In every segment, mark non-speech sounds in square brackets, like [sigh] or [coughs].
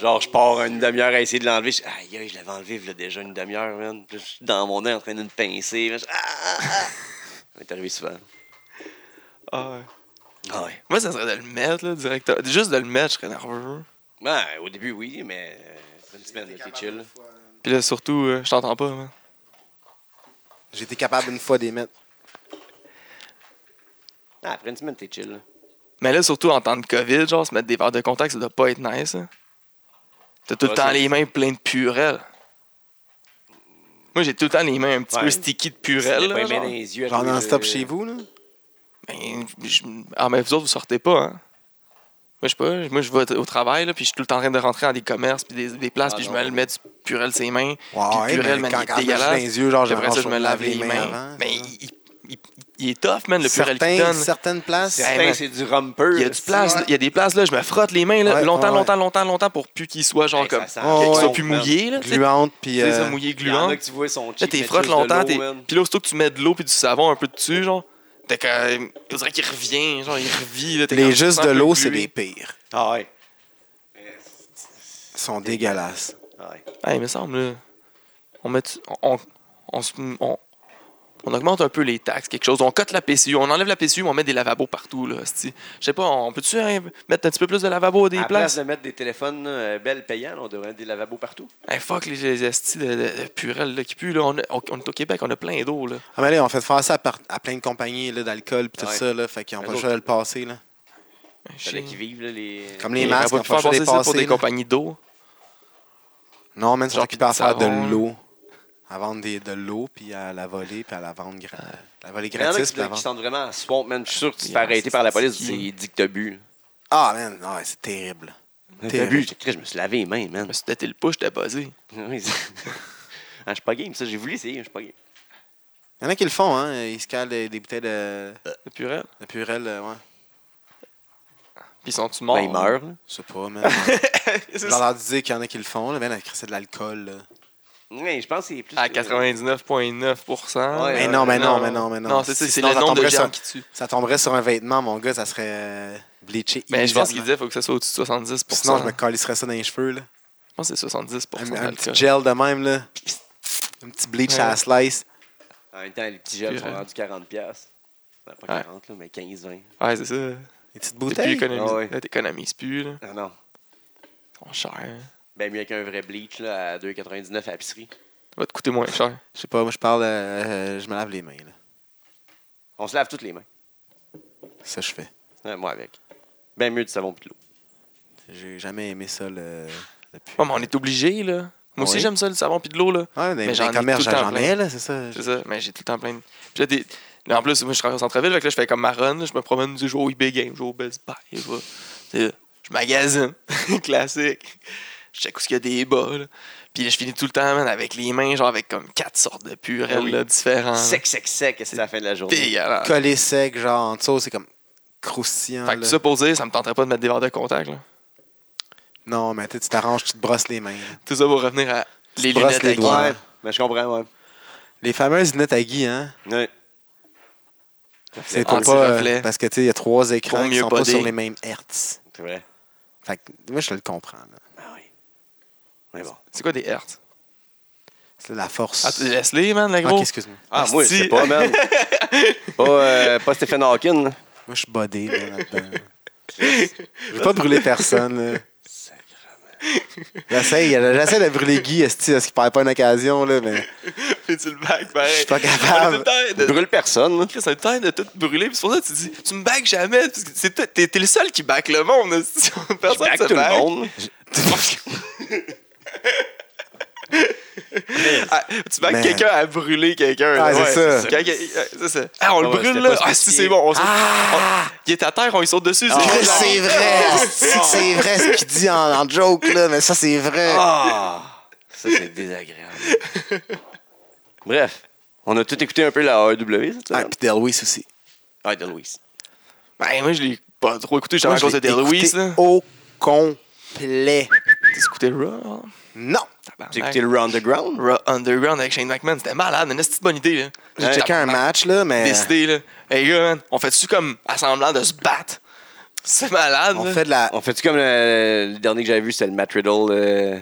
Genre, je pars une demi-heure à essayer de l'enlever. Je- Aïe, aïe, je l'avais enlevé là, déjà une demi-heure, man. Puis là, Je suis dans mon nez en train de me pincer. man. Je- Ah, ah, ah. Ça m'est arrivé souvent. Ah ouais. Ah ouais. Moi, ça serait de le mettre, là, direct. Juste de le mettre, je serais nerveux. Ben, au début, oui, mais euh, après une semaine, là, J'étais t'es capable chill. une fois, euh, Puis là, surtout, euh, je t'entends pas, man. J'ai été capable une fois d'y mettre. Ah, après une semaine, t'es chill. là. Mais là, surtout en temps de COVID, genre, se mettre des verres de contact, ça doit pas être nice. hein. T'as tout le Ouais, temps ça- les mains pleines de purelle. Moi, j'ai tout le temps les mains un petit Ouais. peu sticky de Tu purelle. l'as Là, pas aimé genre. dans les yeux. à Genre cause en de- stop chez vous, là? Ben, je- Ah, mais vous autres, vous sortez pas, hein? Moi, je sais pas. Moi, je vais au travail, là, puis je suis tout le temps en train de rentrer dans des commerces, puis des, des places, Ah, puis je non. me le mets du purel ses mains. Ouais, purée, mais man, il quand, est quand je lèche dégueulasse. les yeux, genre, Puis après ça, genre, je me lave les mains. avant, mais genre. il, il- il- il est tough, man, le purel qui Certains, donne. certaines places. Ouais. Certains, mais- c'est du rumper. Il y a du place, là, il y a des places là, je me frotte les mains là, Ouais, longtemps, ouais, ouais. longtemps, longtemps, longtemps pour plus qu'ils soient genre Hey, ça comme sent- Oh, qu'ils soient ouais. plus mouillés là, tu sais. Gluante, puis. Tu sais, euh, ça mouillé Il y en gluant. a que tu vois son Là check. t'es mais frottes juste de longtemps, l'eau, t'es- man. puis là aussitôt que tu mets de l'eau puis du savon un peu dessus genre, t'es comme on dirait qu'il revient, genre il revit là, t'es les comme- juste tu sens de le l'eau, c'est glué. les pires. Ah ouais. Ils sont dégueulasses. Ah ouais. Ah, il me semble là. On met on on, on se- on- on augmente un peu les taxes, quelque chose. On cote la PCU, on enlève la PCU, mais on met des lavabos partout là, hostie. Je sais pas, on peut-tu hein, mettre un petit peu plus de lavabos à des à la places place de mettre des téléphones euh, belles payants, là, on devrait mettre des lavabos partout. Hey, fuck les, les astis de, de, de Purel là, qui puent. Là. On, a- on- on est au Québec, on a plein d'eau. là. Ah, mais là, on fait faire ça à, par- à plein de compagnies là, d'alcool puis tout Ouais. ça, là. Fait qu'ils ont Eux pas le autres. choix de le passer, là. Fallait qu'ils vivent, là, les. Comme Les les masques, on on va pas plus faire le choix de passer les ça pour passer. des là. compagnies d'eau. Non, mais ils sont Genre, occupés à faire de savon. l'eau. À vendre des- de l'eau, puis à la voler, puis à la vendre gra- la voler Il y en a gratis. qui, puis la qui vendre- sont vraiment en swamp, man. Je suis sûr que tu te Il fais y en a, arrêter c'est par la police. sticky. c'est- Il dit que t'as bu. Ah, man, ouais, c'est terrible. T'as Terrible. bu. J'ai crié, Je me suis lavé les mains, Je man. me suis tâté le pouce, j'étais buzzé. [laughs] Oui, c'est- [laughs] Ah, Je suis pas game, ça. J'ai voulu essayer, je suis pas game. Il y en a qui le font, hein. Ils se calent des, des bouteilles de, Le Purel. de Purel, euh, ouais. Puis ils sont-tu morts? Ben, il meurt, là. Je sais pas, [laughs] man. C'est J'ai ça. l'air de dire qu'il y en a qui le font, là. Man, avec c'est de l'alcool, là. Ouais, je pense que c'est plus. À Ouais, 99,9%. Mais ouais, non, mais Euh, non, mais non, mais non. Non, c'est ça, Si- c'est sinon, le ça nombre de tomberait germes sur- qui tue. Ça tomberait sur un vêtement, mon gars, ça serait euh, bleaché. Mais Ben, je pense qu'il immédiatement. disait qu'il faut que ça soit au-dessus de 70%. Sinon, je me calisserais ça dans les cheveux, là. Je pense que c'est 70% Un, un petit d'alcool. gel de même, là. Un petit bleach Ouais. à la slice. En même temps, les petits jeunes Puis, sont euh, rendus 40$. piastres. Ben, Pas Ouais. 40, là, mais 15, 20. Ouais, c'est ça. Des petites T'es plus bouteilles. économisé. Ah ouais. Là, t'économises plus. Là. Ah non. Ils sont chers. Ben, mieux qu'un vrai bleach, là, à 2,99$ à la pisserie. Ça va te coûter moins cher. Je sais pas, moi, je parle. euh, euh, je me lave les mains, là. On se lave toutes les mains. Ça, je fais. Ouais, moi avec. Ben, mieux du savon pis de l'eau. J'ai jamais aimé ça, le. le pu- Ouais, mais on est obligé, là. Moi aussi, Oui. j'aime ça, le savon puis de l'eau, là. Ouais, mais, Mais j'en ai commerce, tout le temps j'en plein. ai, là, c'est ça. C'est ça, mais j'ai tout le temps plein de. Puis là, des- là, en plus, moi, je travaille au centre-ville, fait que là, je fais comme ma run, je me promène, je joue au eBay Game, je joue au Best Buy, je vais- tu sais, je magasine, [laughs] classique. Je check où il y a des bas, là. Puis là, je finis tout le temps, man, avec les mains, genre avec comme quatre sortes de purelles, Ah oui. là, différentes. Sec, sec, sec, c'est la fin de la journée. Dégueulasse. Collé sec, genre, en dessous, c'est comme croustillant, Fait que là. ça pour dire, ça me tenterait pas de mettre des verres de contact, là. Non, mais tu sais, tu t'arranges, tu te brosses les mains. là. Tout ça pour revenir à les brosses lunettes les à doigts. Guy. Ouais, mais je comprends, ouais. Les fameuses lunettes à Guy, hein. Ouais. C'est Ah, pour c'est pas. euh, reflet. parce que, tu sais, il y a trois Pour écrans qui mieux sont pas body. sur les mêmes hertz. C'est vrai. Fait que, moi, je le comprends, là. Ah oui. Mais bon. C'est quoi des hertz? C'est la force. Ah, laisse-les, man, la Ah, ok, gros. excuse-moi. Ah, moi, je Asti. sais pas, man. pas, euh, pas Stephen Hawking. là. Moi, je suis bodé, là, là-dedans. Je veux pas brûler personne, là. J'essaie euh, j'essaie de brûler Guy, esti, parce qu'il perd pas une occasion, là, mais [laughs] Fais-tu le bac, je pareil? suis pas On a tout capable. le temps de- Brûle personne. là. Chris, on a le temps de tout brûler. Puis c'est pour ça que tu dis, tu me bagues jamais. parce que c'est toi- T'es t'es le seul qui bague le monde. [laughs] là. Si on- Je Personne back se tout bague. le monde. Ah, tu bagues Mais- quelqu'un à brûler quelqu'un. là. Ah, c'est ça. Quand- euh, c'est ça. Ah, on le Ouais, brûle c'était là. pas Ah, si, spécifié. c'est bon. On saute- on- Il est à terre, on y saute dessus. Ah, Chris, bon, genre. Ah! c'est vrai, [laughs] esti, que c'est vrai ce qu'il dit en, en joke, là, mais ça, c'est vrai. Ah! Ça, c'est désagréable. Bref, on a tout écouté un peu la AEW cette Ah, semaine. puis Delwis aussi. Ah, de Louis. Ben, moi, je l'ai pas trop écouté. J'avais Moi, à je cause de l'ai Deloise. écouté Au complet. T'as écouté Raw? Non. Tabarnak. J'ai écouté le Round the Ground. Raw Underground avec Shane McMahon. C'était malade. Une petite bonne idée. là. J'ai checké un Tabarnak. match, là, mais décidé, là. Hey, gars, man, on fait-tu comme à semblant de se battre? C'est malade. On là. fait de la. Ah. On fait-tu comme le, le dernier que j'avais vu, c'était le Matt Riddle. euh,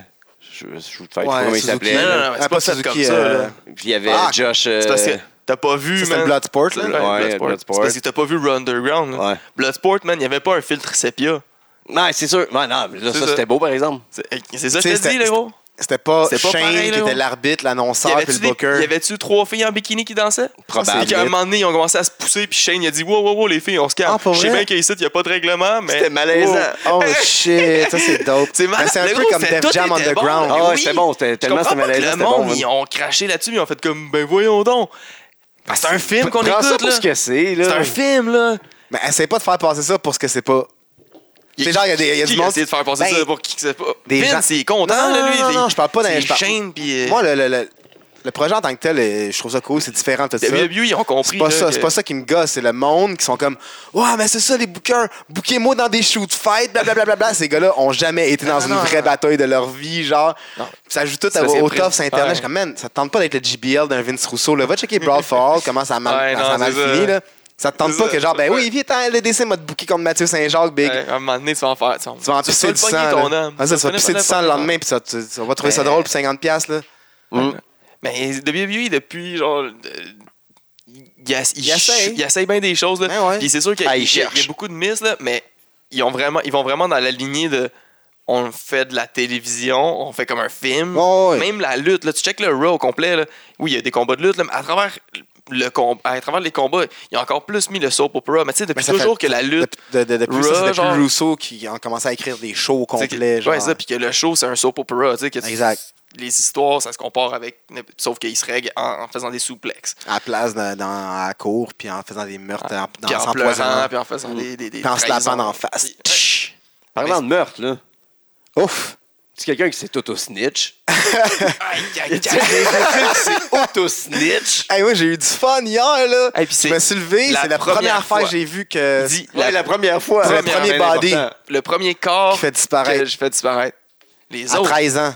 je, je vous fais pas Ouais, comment il Suzuki. s'appelait. Non, non, là. non, mais Ah, c'est pas pas fait Suzuki, comme ça. euh, là. Puis il y avait Ah, Josh. euh, C'est parce que t'as pas vu, Ça, c'est man. le Bloodsport, là. Ouais, Ouais, Bloodsport. Bloodsport. C'est parce que t'as pas vu Raw Underground. là. Ouais. Bloodsport, man, il n'y avait pas un filtre sépia. euh, Ouais, c'est sûr. Ouais, non, mais là, C'est ça, ça. c'était beau, par exemple. C'est c'est ça que Tu je te dis, sais, c'était- là, gros. C'était pas C'était Shane pas pareil, qui là. était l'arbitre, Y l'annonceur, puis avait-tu le des- booker. y avait-tu trois filles en bikini qui dansaient? Probable. Et qu'à un moment donné, ils ont commencé à se pousser, puis Shane, il a dit Wow, wow, wow, les filles, on se calme. Ah, pour je sais bien vrai? qu'ici, il n'y a pas de règlement, mais. C'était malaisant. Wow. [laughs] Oh shit, ça c'est dope. C'est malade. Mais c'est un Le peu gros, comme c'était- Def tout Jam était bon. Underground. Ah ouais, oui. c'était bon. c'était- Je Tellement comprends c'était pas que malaisant, Le c'était bon. monde, man. ils ont craché là-dessus, mais ils ont fait comme Ben voyons donc. Ben, c'est un film qu'on Prends ça écoute, pour là. ce que c'est, là. C'est un film, là. Mais essaye pas de faire passer ça pour ce que c'est pas. C'est genre, il y a des- il y a Qui du monde- essayé de faire passer Ben, ça pour qui que c'est pas. des gens- Vince, il est content, Non, là, non, lui. non, il- non, je parle pas d'un- C'est je parle- Shane, puis. euh, Moi, le, le, le, le projet en tant que tel, euh, je trouve ça cool, c'est différent, tout ça. WWE, E, ils ont compris. C'est pas, là, ça, que- c'est pas ça qui me gosse, c'est le monde qui sont comme Ouais, mais c'est ça les bookers, bouquez-moi dans des shoot fight, blablabla. Ces gars-là ont jamais été dans Non, une non, vraie non. bataille de leur vie, genre. Ça joue tout C'est à- parce au qu'il y a top sur pris- Internet. Ouais. Je suis comme, man, ça te tente pas d'être le JBL d'un Vince Rousseau, là. Va checker Brawl for All, comment ça a mal, Ouais, ça a non, mal c'est fini, ça. là. Ça te tente C'est pas ça. que genre, ben Ouais. oui, viens, t'as LDC, m'a te booké contre Mathieu Saint-Jacques, big. Ouais, À un moment donné, tu vas en faire. Tu vas en pisser le du sang. pogner, ton là. homme. Ah, ça, Tu vas le pisser du pogner, sang le ton homme. lendemain, puis ça, tu- on va trouver ça Ben, drôle pour 50$, là. Mm. Mais WWE, depuis, genre. euh, Il, ess- il Il essaye. ch- il essaye bien des choses. Là. Ben ouais. Puis c'est sûr qu'il Ah, il il y, a- il y cherche. a beaucoup de miss, là, mais ils, ont vraiment, ils vont vraiment dans la lignée de. On fait de la télévision, on fait comme un film. Ouais, ouais. Même la lutte, là, tu check le Raw au complet. Là. Oui, il y a des combats de lutte, là, mais à travers, le com- à travers les combats, il y a encore plus mis le soap opera. Mais tu sais, Mais depuis ça fait- toujours que la lutte. de- de- Depuis Raw, ça, c'est genre. depuis Rousseau qui a commencé à écrire des shows au T'sais, complet, que- genre. Ouais, c'est ça, puis que le show, c'est un soap opera. tu sais, Que tu- Exact. Les histoires, ça se compare avec. Sauf qu'ils se règlent en, en faisant des souplexes. à la place dans, dans- à la cour, puis en faisant des meurtres, en, puis dans en pleurant, s'empoisonnant, puis en faisant des. des, des puis en se trahisons. lapant d'en face. Tch! Parlant de meurtre, là. Ouf! C'est quelqu'un qui s'est auto-snitch. Aïe, aïe, [laughs] Y aïe. a-t-il quelqu'un qui s'est [laughs] auto-snitch? Hey, ouais, j'ai eu du fun hier, là! Hey, puis je c'est me suis levé, la c'est la première, première fois fois. que j'ai vu que... Il dit, Ouais, la première fois. C'est le Première premier main body. importante. Le premier corps. Qui fait disparaître. Que je fais disparaître. Les à autres. 13 ans.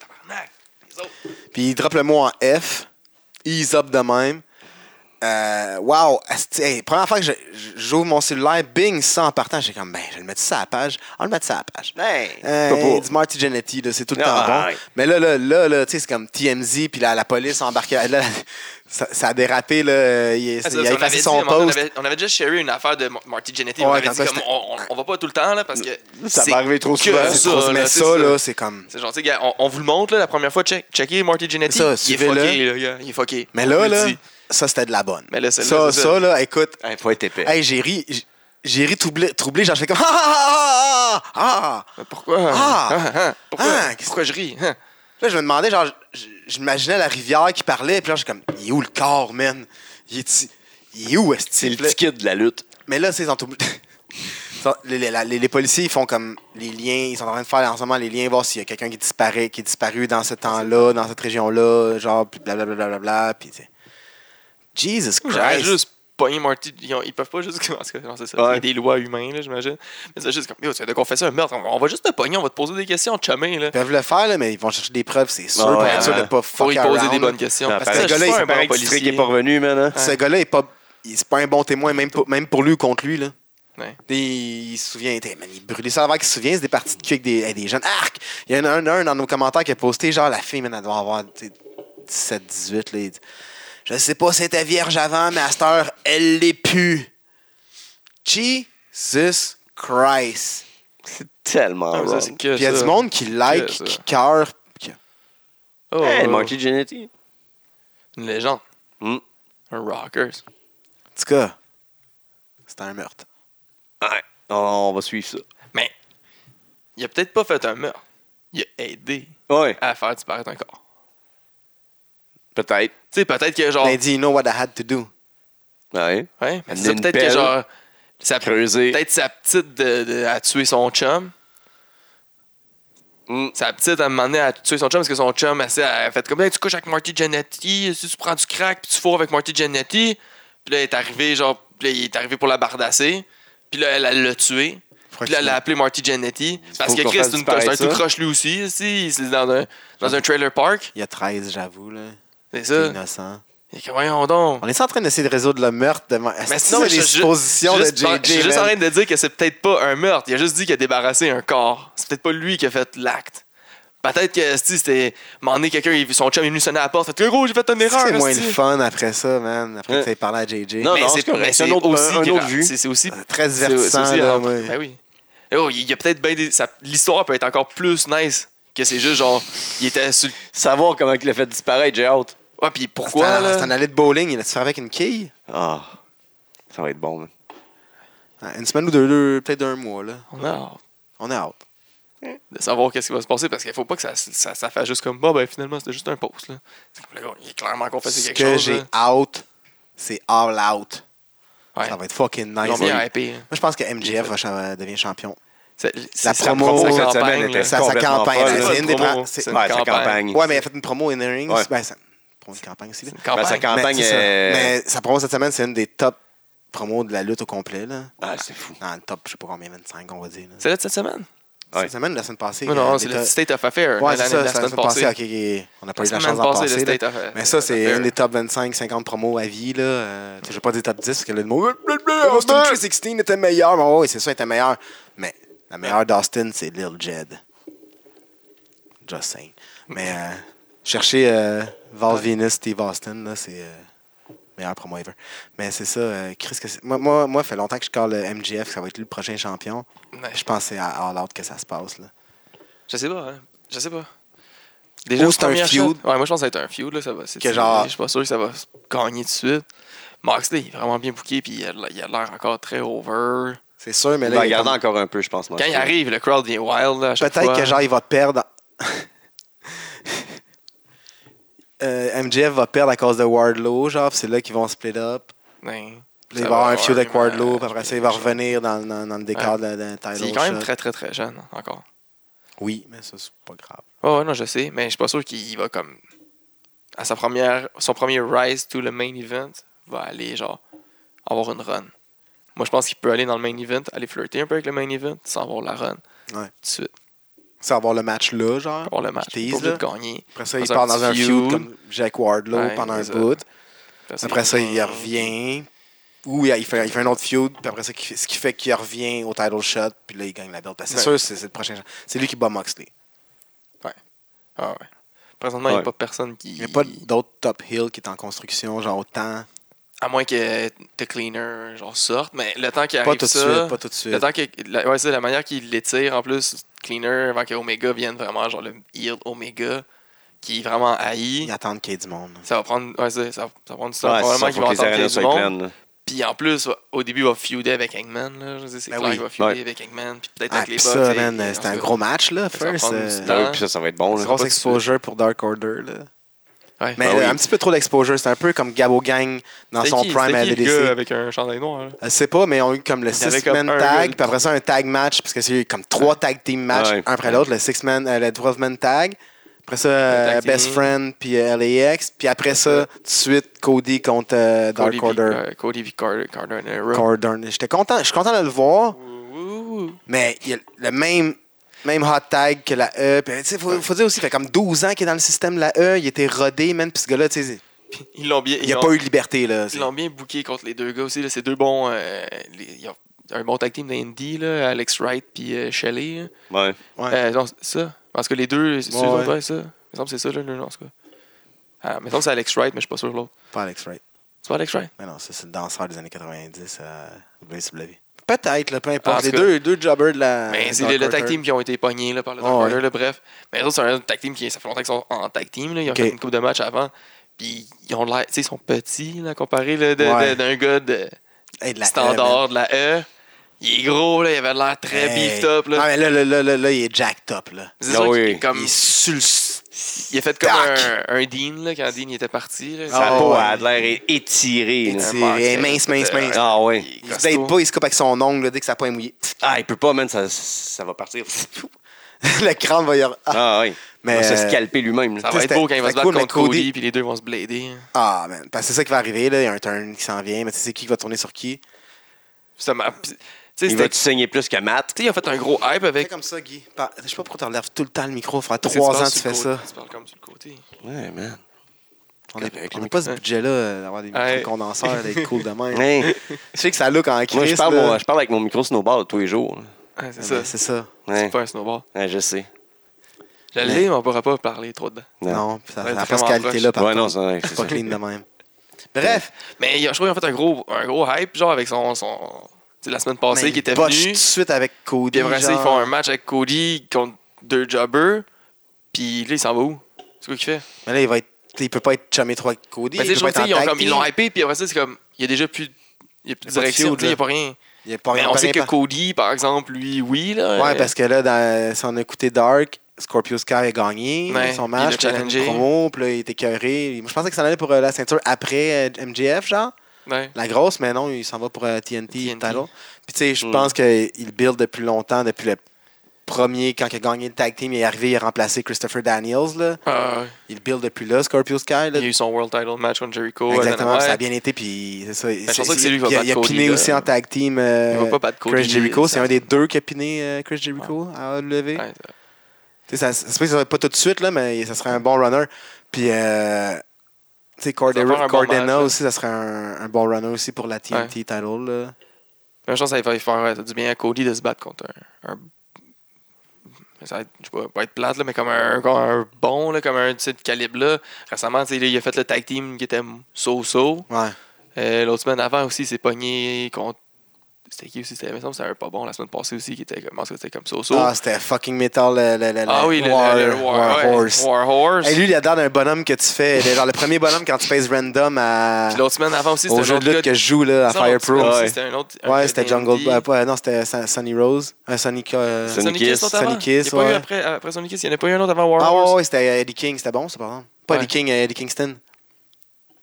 tabarnak, les autres. Puis il drop le mot en F. Ease up de même. Euh, wow! asti, hey, première fois que je- je- j'ouvre mon cellulaire, bing, ça en partant, j'ai comme, ben, je vais le mettre ça à la page. On va le mettre ça à la page. Hey, Euh, pas pour. du Marty Jannetty, là, c'est tout le Non, Ah, temps bon. ouais. Mais là, là, là, là, tu sais, c'est comme TMZ, puis là, la police a embarqué. Là, ça, ça a dérapé, là. Il, Ah, ça, ça, on il a avait effacé dit, son mais on post. avait, on avait déjà share une affaire de Mar- Marty Jannetty. Ouais, on avait quand dit ça, comme, c'était- on, on- on va pas tout le temps, là, parce que. Ça c'est va arriver trop que souvent. C'est trop- mais là, c'est ça, là, c'est comme. C'est gentil, gars. On, on vous le montre là, la première fois. Check, checkez Marty Jannetty. Ça, il est suivez-le. fucké, là, gars. Il est fucké. Mais On là, le là, dit. ça, c'était de la bonne. Mais là, celle-là, ça, c'est ça, là, écoute, Hey, faut être épais. hey, j'ai ri. j'ai- J'ai ri troublé, troublé, genre, je fais comme. Ah, ah, ah, ah, ah. Pourquoi? [laughs] Ah! Pourquoi? Ah, qu'est-ce- Pourquoi je ris? Hein? Là, je me demandais, genre, j- j'imaginais la rivière qui parlait, puis là, j'ai comme, il est où le corps, man? Il est, il est où, est-ce C'est le ticket de la lutte. Mais là, c'est ils sont [laughs] obli- ils sont- les, les- la- les- les policiers, ils font comme les liens, ils sont en train de faire en ce moment les liens, voir s'il y a quelqu'un qui disparaît, qui est disparu dans ce temps-là, dans cette région-là, genre, puis blablabla, blablabla, puis tu sais. Jesus J'aurais Christ! juste pogné Marty. Ils, ont- ils peuvent pas juste. [laughs] En tout cas, non, c'est ça. Il y Ouais. a des lois humaines, là, j'imagine. Mais c'est juste comme, yo, tu viens de confesser un meurtre. On, on va juste te pogner, on va te poser des questions, chumé, là. Ils peuvent le faire, là, mais ils vont chercher des preuves, c'est sûr, Ouais, pour ouais, être sûr de ouais. pas Faut fuck y poser around, des là. bonnes questions. Non, Parce pareil. que Ce gars-là, il gars-là, il un bon Pareil que le district policier. est pas revenu, man. hein? Ce gars-là est pas. il- C'est pas un bon témoin, même pour, même pour lui ou contre lui. Là. Ouais. Et Il, il se souvient, t'es- man, il brûlait ça avant qu'il se souvienne, c'est des parties de cul avec des, avec des jeunes. Arc! Il y en a un, un dans nos commentaires qui a posté, genre, la fille, man, elle doit avoir 17-18. Là, il dit, Je sais pas si elle était vierge avant, mais à cette heure, elle l'est plus. Jesus Christ! C'est tellement Ah, mais ça, wrong. c'est que Puis il y a ça. du monde qui like, ça. qui cœur. qui- Oh, Hey, oh, Marty Jannetty. Une légende. Hmm. Un rockers. En tout cas, c'était un meurtre. Ouais. On va suivre ça. Mais il a peut-être pas fait un meurtre. Il a aidé Ouais, à faire disparaître un corps. peut-être. Tu sais, peut-être que genre. Mais il dit, you know what I had to do. Ouais. Ouais, mais Amener c'est ça, une peut-être que pelle. genre. sa- Creuser. Peut-être sa petite de, de- a tué son chum. Mm. Sa petite, à un moment donné, a tué son chum parce que son chum, elle, s'est- elle a fait comme Hey, tu couches avec Marty Jannetty, si tu prends du crack, puis tu fourres avec Marty Jannetty. Puis là, il est arrivé, genre, puis là, il est arrivé pour la bardasser. Puis là, elle, elle l'a tué. Puis là, elle a appelé Marty Jannetty. Parce faut que qu'on Chris, fasse c'est une- c'est disparaître un tout ça. croche lui aussi. Si, il est dans un, dans un trailer park. Il y a 13, j'avoue, là. C'est T'es ça. innocent. Il est comme, voyons donc. On est en train d'essayer de résoudre le meurtre de. Mais sinon, c'est je- des je- suppositions Juste- de JJ. Je suis juste en man. train de dire que c'est peut-être pas un meurtre. Il a juste dit qu'il a débarrassé un corps. C'est peut-être pas lui qui a fait l'acte. Peut-être que si c'était. M'en est quelqu'un, il- son chum est venu sonner à la porte. Fait que gros, j'ai fait une C'est erreur. que C'est moins le esti. fun après ça, man. Après Ouais. que tu aies parlé à JJ. Non, mais c'est correct. mais C'est un c'est autre- aussi un autre grave. vue. C'est c'est aussi C'est Très C'est- c'est divertissant. aussi là, rare. ouais. Ben oui. Eh oh, il y a peut-être bien des. ça- L'histoire peut être encore plus nice que c'est juste genre. Il était sur. le- Savoir comment il a fait disparaître, j'ai hâte. Ouais, puis C'est pourquoi un, c'est là un allée de bowling. Il a-tu fait avec une quille Ah, ça va être bon. man. Ah, Une semaine ou deux, deux, peut-être un mois. là. On a hâte On est out. de savoir qu'est-ce qui va se passer parce qu'il faut pas que ça, ça, ça fasse juste comme. Bah, ben finalement, c'était juste un post là. C'est comme, le gars, Il est clairement qu'on Ce faisait quelque que chose. j'ai là. out, c'est all out. Ouais. Ça va être fucking Ils nice. l'ont bien Moi, hypé, hein. je pense que MJF va cha- devient champion. C'est- c'est- La c'est promo de cette semaine campagne, était là. Ça, sa complètement campagne, folle. c'est C'est pas une une des promo, prom- c'est c'est- une Ouais, sa campagne. campagne. Ouais, mais elle a fait une promo in the rings. Ouais. Ben, c'est une campagne aussi. Là. C'est Ben, une campagne. euh, sa campagne mais, c'est ça. est. Mais sa promo cette semaine, c'est une des top promos de la lutte au complet. Là. Ah, c'est fou. Dans le top, je sais pas combien, 25, on va dire. là. C'est là de cette semaine? Ouais. Cette semaine, la semaine passée. Non, euh, non, des c'est top- le State of Affair. Ouais, la- c'est la- ça, la semaine passée. ok, ok. on n'a pas La eu semaine la chance d'en passée, le passer. là. State of- Mais ça, of c'est Affair. une des top 25, 50 promos à vie. Là. Euh, je vais pas dire top 10 parce que là, le mot Austin Austin 316 était meilleur. Mais oui, c'est ça, il était meilleur. Mais la meilleure d'Austin, c'est Lil Jed. Just saying. Mais euh, cherchez euh, Val Venus, Steve Austin, là, c'est euh, meilleur promo ever. Mais c'est ça, euh, Chris, que c'est- moi, moi, moi, fait longtemps que je call le MGF, que ça va être lui le prochain champion. Ouais, Je pensais à All Out que ça se passe. Là. Je sais pas, hein. Je sais pas. Ou c'est un première feud. shot- Ouais, moi je pense que ça va être un feud, là. Ça va, c'est- Que genre- Je suis pas sûr que ça va se gagner tout de suite. Moxley, il est vraiment bien booké, puis il a il a l'air encore très over. C'est sûr, mais Ben, Il Ben, là, va il est regarder comme- encore un peu, je pense. Quand il arrive, le crowd vient wild, là, à chaque Peut-être fois. que genre, il va perdre. [laughs] Euh, MJF va perdre à cause de Wardlow, genre, puis c'est là qu'ils vont split up. Ouais. Puis il Ben, Ça va avoir un avoir feud avec un Wardlow, match, puis après ça, il va revenir dans, dans- dans le décor de d'un title Il est quand même shot. très, très, très jeune, hein, encore. Oui, mais ça, c'est pas grave. Ouais, ouais, non, je sais, mais je suis pas sûr qu'il va comme. À sa première, son premier rise to le main event, va aller genre avoir une run. Moi, je pense qu'il peut aller dans le main event, aller flirter un peu avec le main event, sans avoir la run. Ouais. Tout de suite. Ça va avoir le match là, genre. avoir le match. Tease, Pas obligé là. de gagner. Après ça, il Après ça, part un dans un petit feud feud. comme Jack Wardlow Ouais, pendant un c'est ça. bout. Après ça, il revient. Ou il fait, il fait un autre feud, puis après ça, qui fait- ce qui fait qu'il revient au title shot, puis là, il gagne la belt. Parce que C'est Ouais. sûr, c'est c'est le prochain. C'est lui qui bat Moxley. Ah ouais. Présentement, il n'y Ouais. a pas personne qui. Il n'y a pas d'autre top hill qui est en construction, genre autant. À moins que The Cleaner genre, sorte, mais le temps qu'il Pas arrive tout de ça, suite, pas tout de suite. le temps que, la, ouais, c'est la manière qu'il l'étire en plus, Cleaner, avant que Omega vienne vraiment, genre le heel Omega, qui est vraiment haï. Ils attendent qu'il y ait du monde. Ça va prendre, ouais, c'est- ça, ça va prendre du temps. Ouais, c'est ça, Probablement faut qu'il va que les entendre arénas du soient monde. pleines. là. Puis en plus, au début, il va feuder avec Hangman. Là, je sais, c'est Ben clair oui. qu'il va feuder Ouais. avec Hangman. Puis peut-être Ah, avec les pis Bucks. ça, et- man, et en c'était tout un cas. gros match, là, Ça va first. prendre du euh, temps. Ah oui, puis ça, ça va être bon. là. grosse pas exposure pour Dark Order, là. Ouais. Mais Ah oui. euh, un petit peu trop d'exposure. C'est un peu comme Gabo Gang dans C'était son qui- prime c'était à qui le gars LDC. avec un chandail noir. là? Je sais Euh, pas, mais on a eu comme le Il y avait six-man comme un tag, gars- puis après ça, un tag match, parce que c'est eu comme trois tag team matchs, Ouais. un après l'autre, le six-man, euh, le 12-man tag. Après ça, euh, tag team. Best Friend, puis euh, LAX. Puis après ça, tout de suite, Cody contre euh, Dark Cody Order. V, euh, Cody V. Carter, Carter and Arrow. Cordon. J'étais content, je suis content de le voir, Ouh, ouh. mais il a le même, même hot tag que la E. Puis, tu sais, faut, faut dire aussi, il fait comme 12 ans qu'il est dans le système, la E. Il était rodé, man. Puis ce gars-là, tu sais, Ils l'ont bien, il ils n'a l'ont- pas eu de liberté, là. ils l'ont bien booké contre les deux gars aussi. là. C'est deux bons. euh, les- ils ont un bon tag team d'Indy, là, Alex Wright puis euh, Shelley. là. Ouais. Ouais. Euh, non, c'est ça. Parce que les deux, c'est Ouais, sûr, ouais. ouais, ça. Il me semble que c'est ça, là, le nom, en tout cas. Ah, mais c'est Alex Wright, mais je suis pas sûr de l'autre. Pas Alex Wright. C'est pas Alex Wright? Mais non, ça, c'est le danseur des années 90 à WCW. Peut-être, là, peu importe. En tout les cas. deux, deux jobbers de la. Mais c'est Dark le, le tag Order. team qui ont été pognés là, par le Ah Dark ouais. Order, là, bref. Mais les autres, c'est un tag team qui ça fait longtemps qu'ils sont en tag team. Là. Ils ont Ok. fait une coupe de match avant. Puis ils ont l'air, tu sais, ils sont petits là, comparé là, de- Ouais. de- d'un gars de Hey, de la E, man. standard de la E. Il est gros, là, il avait l'air très Hey. beefed up. Non, Là. mais là, là, là, là, là, il est jacked up, là. C'est Ah sûr oui. qu'il est comme- Il est il, sur le. a fait comme Tac. un, un Dean là, quand Dean il était parti. Là. Sa Ah, peau ouais. a l'air é- étirée. là. Étirée. Un C'est marque, mince, là, mince, euh, mince. Ah ouais. il est Il se date costaud. pas, il se coupe avec son ongle, là, dès que sa poing est mouillée. Ah, il peut pas, man. Ça, ça va [laughs] partir. [laughs] le crâne va y avoir. Ah, Ah ouais. Mais, Il va se euh, scalper lui-même. là. Ça va C'était- être beau quand il va se c'était battre cool, contre mais Cody, Cody- puis les deux vont se blader. hein. Ah, man. Parce que c'est ça qui va arriver, là. Il y a un turn qui s'en vient, mais tu sais qui va tourner sur qui. Ça m'a- puis, Tu sais, Il va c'était- te tu saigner plus que Matt. sais, il a fait un gros hype Fais avec. comme ça, Guy. Par- Je sais pas pourquoi tu relèves tout le temps le micro. Ça fait Parce que trois parles ans que tu sur fais le ça. côté- Tu parles comme sur le côté. Ouais, man. On Correct, le n'a pas ce budget-là euh, d'avoir des Ouais. micro-condenseurs, d'être cool de même. Hey, Tu sais que ça look en crise. Hein? moi, je parle, là. mon- je parle avec mon micro snowball tous les jours. là. Ouais, c'est Ah, ça. ben, C'est ça. Ouais. C'est pas un snowboard. Ouais, je sais. J'allais, mais on ne pourra pas parler trop dedans. Non. Non, puis ça Ouais, ça n'a c'est pas cette vraiment qualité-là, par ouais, non, contre. c'est vrai, c'est C'est pas ça. clean de même. Bref, Mais il- je crois qu'ils ont fait un gros, un gros hype, genre, avec son. son tu sais, la semaine mais passée, qui était ils botchent venu. tout de suite avec Cody. Puis après ça, ils genre. font un match avec Cody contre deux jobbers. Puis là, il s'en va où C'est quoi qu'il fait Mais là, il va être... il peut pas être chumé trop avec Cody. Mais tu il sais, peut je pas trouve, être tu sais, ils, en ont tag comme- ils team. l'ont hypé, puis après ça, c'est comme. Il y a déjà plus, il y a plus de Il y a pas de direction, feud, tu sais, il n'y là. a pas rien. Il a pas Mais rien on sait que rien par- Cody, par exemple, lui, oui. Là, Ouais, parce que là, dans- si on a écouté Dark, Scorpio Sky a gagné Ouais, son il l'a match, il a fait challengé. une promo, puis là, il était écœuré. Moi, je pensais que ça en allait pour euh, la ceinture après euh, MJF, genre, Ouais. la grosse, mais non, il s'en va pour euh, TNT, TNT. title. Puis tu sais, je Mm. pense qu'il build depuis longtemps, depuis le premier, quand il a gagné le tag team, il est arrivé, il a remplacé Christopher Daniels, là. Ah, ouais. Il build depuis là, Scorpio Sky, là. il y a eu son World Title match contre Jericho. à Exactement, Dynamite. ça a bien été, puis c'est ça. Ben, je pense que c'est lui qui va il a- battre Il a Cody, piné là. aussi en tag team euh, Il va pas battre Cody. euh, Chris Jericho. C'est ça- un des deux qui a piné euh, Chris Jericho à lever. Ouais, Tu sais, ça, ça se peut que ça va être pas tout de suite, là, mais ça serait un bon runner. Puis, euh, tu sais, Cordero- Ça va faire un bon Cordena match, là. aussi, ça serait un, un bon runner aussi pour la TNT Ouais. title. Là. Mais je pense que ça va faire ouais, ça fait du bien à Cody de se battre contre un. un- ça va être, je sais pas, pas être plate, là, mais comme un, comme un bon, là, comme un tu sais, de calibre. Là. Récemment, tu sais, il a fait le tag team qui était so-so. Ouais. Euh, L'autre semaine avant aussi, il s'est pogné contre. C'était qui aussi C'était il me semble que c'était un pas bon la semaine passée aussi, qui était comme, je pense que c'était comme so-so. Ah, Ah, c'était fucking metal, le, le- le- le oui, le, War, le- le War, ouais, Horse. War Horse. Hey, lui, il a l'air d'un bonhomme que tu fais. il est Genre, le premier bonhomme quand tu pèses random à, Puis L'autre semaine avant aussi, c'était au un jeu de autre lutte que gars- je joue là, à Ça, l'autre Firepro. semaine aussi, Ouais, C'était un autre. un Ouais, gars c'était de Jungle. indie. euh, pas- non, c'était Sun- Sunny Rose. Un Sunny. euh, Sunny Sonic Kiss, l'autre Sonic avant. Kiss, Il n'y a pas eu ouais. après, après Sonic Kiss, il n'y en a pas eu un autre avant War Ah Horse. ouais, ouais, c'était Eddie King, c'était bon, ça, par exemple. Pas Ouais. Eddie King, euh, Eddie Kingston.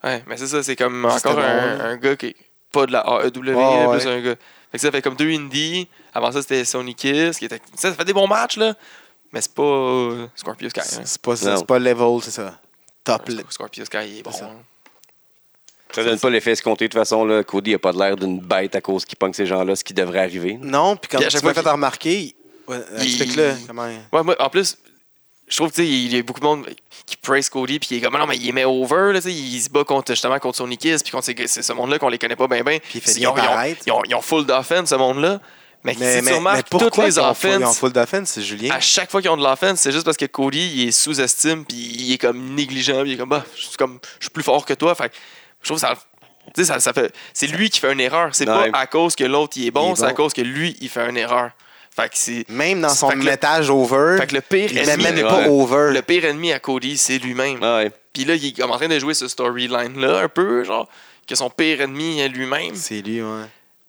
Ouais, mais c'est ça, c'est comme C'était encore un, drôle. un gars qui est pas de la AEW, Ouais, là, plus ouais. un gars. Fait que ça fait comme deux indies. Avant ça, c'était Sony Kiss. Qui était... Ça, ça fait des bons matchs, là. Mais c'est pas euh, Scorpio Sky. hein. C'est pas ça, Non. c'est pas level, c'est ça. Top. le- Scorpio Sky, il est bon. C'est ça. hein. Ça donne pas l'effet escompté. De toute façon, là, Cody a pas de l'air d'une bête à cause qu'il punk ces gens-là, ce qui devrait arriver. Non, puis quand Puis à tu chaque m'as fois fait remarquer, il- ouais, euh, il- Ben, explique-le. Comment... Ouais, moi, en plus, je trouve que il y a beaucoup de monde qui praise Cody, puis il est comme, Ah non, mais il les met over, là, tu sais, il se bat contre, justement contre Sony Kiss, puis contre ces gars- c'est ce monde-là qu'on les connaît pas bien, bien. Puis il fait ils, bien ont, ils, ont, paraître. ils ont- ils ont full d'offense, ce monde-là. Mais, si tu remarques, toutes les ils ont full- ils ont offenses, full d'offense, c'est Julien? à chaque fois qu'ils ont de l'offense, c'est juste parce que Cody, il est sous-estime, puis il est comme négligent, puis il est comme, bah, je suis comme, je suis plus fort que toi. Fait que je trouve que ça. Tu sais, ça, ça fait. C'est lui qui fait une erreur. C'est Ouais. pas à cause que l'autre, il est bon, Il est c'est à bon. cause que lui, il fait une erreur. Fait que c'est. Même dans son Fait que le- métage over, Fait que le pire il met ennemi. même ouais. pas over. Le pire ennemi à Cody, c'est lui-même. Ouais. Puis là, il est comme en train de jouer ce storyline-là, un peu, genre, que son pire ennemi est lui-même. C'est lui, ouais.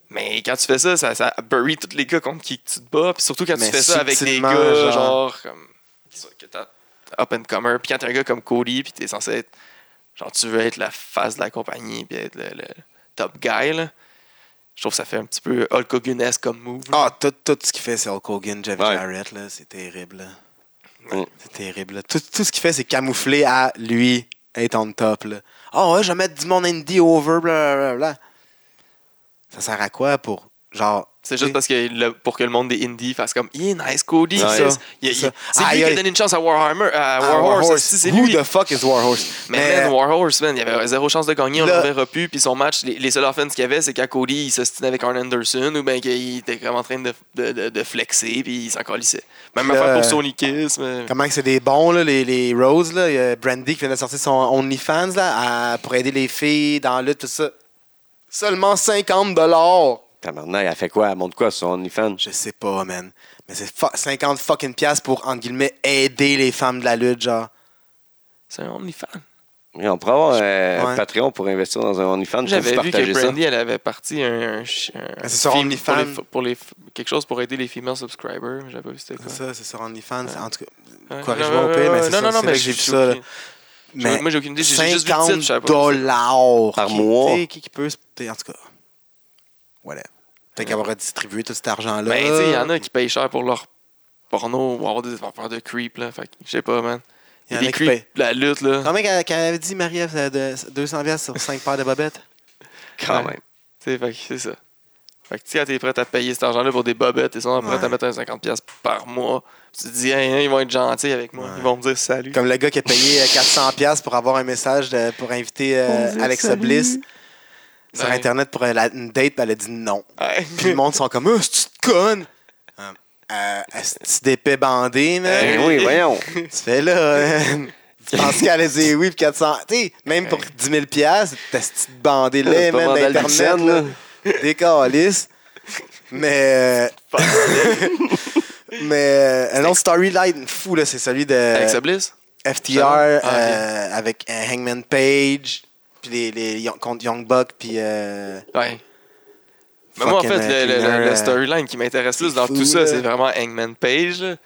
Mais quand tu fais ça, ça, ça bury tous les gars contre qui tu te bats. Puis surtout quand Mais tu fais ça avec des subtilement, gars, genre. genre, comme. qui sont- que t'as t'as up and comer. Puis quand t'as un gars comme Cody, puis t'es censé être. Genre, tu veux être la face de la compagnie, puis être le, le top guy, là. Je trouve que ça fait un petit peu Hulk Hogan-esque comme move. là. Ah, tout, tout ce qu'il fait, c'est Hulk Hogan, Jeff Ouais. Jarrett, là. C'est terrible, là. Ouais. C'est terrible, là. Tout, tout ce qu'il fait, c'est camoufler à lui être on top, là. Ah ouais, je vais mettre du monde indie over, blablabla. Ça sert à quoi pour, genre... C'est juste parce que le- pour que le monde des indies fasse comme Yeah, nice Cody. Ouais. C'est Ça, il- il- ça. c'est lui Aïe, qui a aïe. donné une chance à Warhammer, à Ah, Warhorse. Warhorse. si, C'est Who lui. the fuck is Warhorse? Mais, Mais- man, Warhorse, man, il avait zéro chance de gagner, on Le- le verra plus. Puis son match, les, les seules offenses qu'il y avait, c'est qu'à Cody, il s'ostinait avec Arn Anderson ou bien qu'il était comme en train de, de, de- de flexer, puis il s'en calissait. Même Puis là, affaire pour euh, Sony Kiss. mais- Comment que c'est des bons, là, les, les Rose, là. Il y a Brandy qui vient de sortir son OnlyFans, là, à- pour aider les filles dans la lutte, tout ça. Seulement 50 Tabarnak, elle fait quoi? Elle montre quoi sur son OnlyFans? Je sais pas, man. Mais c'est fu- 50 fucking piastres pour, entre guillemets, aider les femmes de la lutte, genre. C'est un OnlyFans. Mais on pourrait avoir euh, Ouais. un Patreon pour investir dans un OnlyFans. Je J'avais vais vu que partager ça. Brandy, elle avait parti un. un, ch- un Ah, c'est sur film OnlyFans. Pour les, pour les- quelque chose pour aider les female subscribers. J'avais pas vu c'était C'est quoi. ça, c'est sur OnlyFans. En tout cas, Ouais, corrige-moi non, au ouais, pire, mais ouais, c'est non, ça, non, non, c'est vrai mais que j'ai- j'ai vu ça. là. j'ai- Mais Moi, j'ai aucune idée. J'ai juste vu le 50 titre. je savais pas que c'était- dollars Par qui- mois. tu sais, Qui, qui peut. se- t'sais, En tout cas, voilà. Peut-être qu'elle va redistribuer tout cet argent-là. Ben, tu sais, il y en a qui payent cher pour leur porno ou avoir des affaires de creep, là. Fait que, je sais pas, man. Il y en des a qui creeps payent. Ah, de la lutte, là. Combien qu'elle qu'elle avait dit, Marie-Ève, de 200$ piastres sur 5 paires de bobettes? Ah, Quand même. Tu sais, fait que c'est ça. Fait que, tu sais, quand t'es prêt à payer cet argent-là pour des bobettes, ils sont prêts Ouais. à mettre un 50$ par mois. Tu te dis, Hein, hein, ils vont être gentils avec moi. Ouais. Ils vont me dire salut. Comme le gars qui a payé euh, 400$ piastres pour avoir un message de- pour inviter euh, Bonjour, Alexa salut. Bliss sur Ouais. Internet pour euh, la- une date, puis elle a dit non. [laughs] Ouais. Puis le monde sont comme, oh, c'est une conne! Euh, euh, Est-ce d'épais bandé, Ben man? oui, voyons. Tu fais là, euh, tu penses qu'elle a dit oui, puis 400. Tu sais, même pour Ouais. 10 000$, piastres, t'as ce bandé là, C'est pas man, Mandel d'Internet, Dixon, là. là. Des câlisses. Mais. euh, Mais euh, un autre storyline fou, là, c'est celui de Alexa Bliss? FTR Ah, ok. euh, avec euh, Hangman Page, puis les, les Young- contre Young Buck, puis. euh, Ouais. Mais moi, en fucking, fait, le, le- euh, le- le storyline qui m'intéresse plus c'est dans fou, tout ça, là. c'est vraiment Hangman Page. là.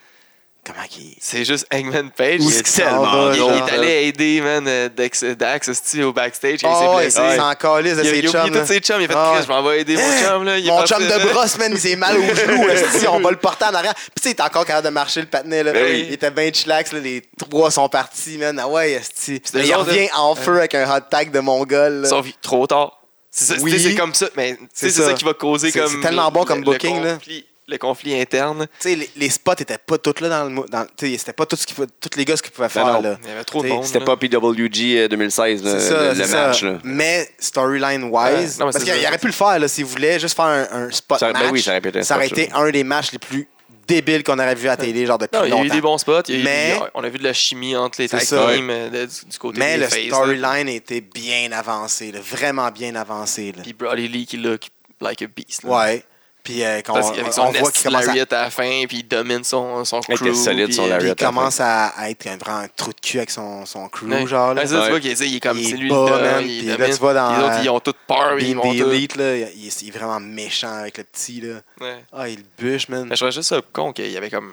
Comment qui. C'est juste Hangman Page. Où il est-ce est qu'il s'en tellement va, il, genre? il est allé aider, man, euh, Dex, Dax, hostie, au backstage. et Oh, il il s'est blessé. s'en calisse de Il a, ses il a chums. oublié là. tous ses chums. Il a fait Ah, ouais. Chris, je m'en vais aider mon chum. Là. Il est Mon parti, chum là. de brosse, man, il [laughs] s'est mal au genou. esti, on va le porter en arrière. Puis, tu sais, il est encore capable de marcher le patinet. Là. Ben oui. Il était bien chillax. là, Les trois sont partis, man. Ah ouais, esti. c'était Mais le il genre de- revient en feu avec un hot tag de Mongol. là. hein. Ils sont vi- trop tard. C'est ça, tu Oui. sais, c'est comme ça. Mais tu sais, C'est c'est ça. ça qui va causer C'est- comme. c'est tellement bon comme le- booking, le là. conflit, Le conflit interne. Tu sais, les, les spots étaient pas tous là dans le. mo- Dans, tu sais, c'était pas tout ce qu'ils pou- tous les gars ce qu'ils Ben pouvaient faire. non. là. Il y avait trop de T'sais, monde. C'était là. pas PWG euh, 2016, le, C'est ça, le c'est match. ça. Là. Mais storyline Ouais, wise, non, mais parce c'est qu'il ça. aurait pu le faire là, s'il voulait juste faire un, un spot Ça- ben match. oui, ça aurait pu être un ça aurait spot, été un des matchs les plus débiles qu'on aurait vu à la télé genre depuis Non, il y a eu longtemps. des bons spots. il y a eu- Mais- on a vu de la chimie entre les C'est tag ça. teams euh, de- du, du côté Mais des le faces, là. storyline était bien avancé, là, vraiment bien avancé. là. Puis Brody Lee qui look like a beast. là. Ouais. Puis euh, qu'on- Parce qu'avec on son voit qu'il nasty commence, à, lariat à la fin, puis il domine son, son Il crew. était solide, puis, son euh, lariat. puis à il la fin. commence à, à être un, vraiment un trou de cul avec son, son crew, Ouais. genre. là. Ouais, ça, Ouais. tu vois qu'il est- il est comme Il est c'est lui bas, le man, gars, il puis là, domine. tu vois dans, Les autres, ils ont toutes peur, Ah ils Being vont the tout. Elite, là, il, il est vraiment méchant avec le petit. Là. Ouais. Ah, il le bûche, man. Mais je trouvais juste ça con qu'il y avait comme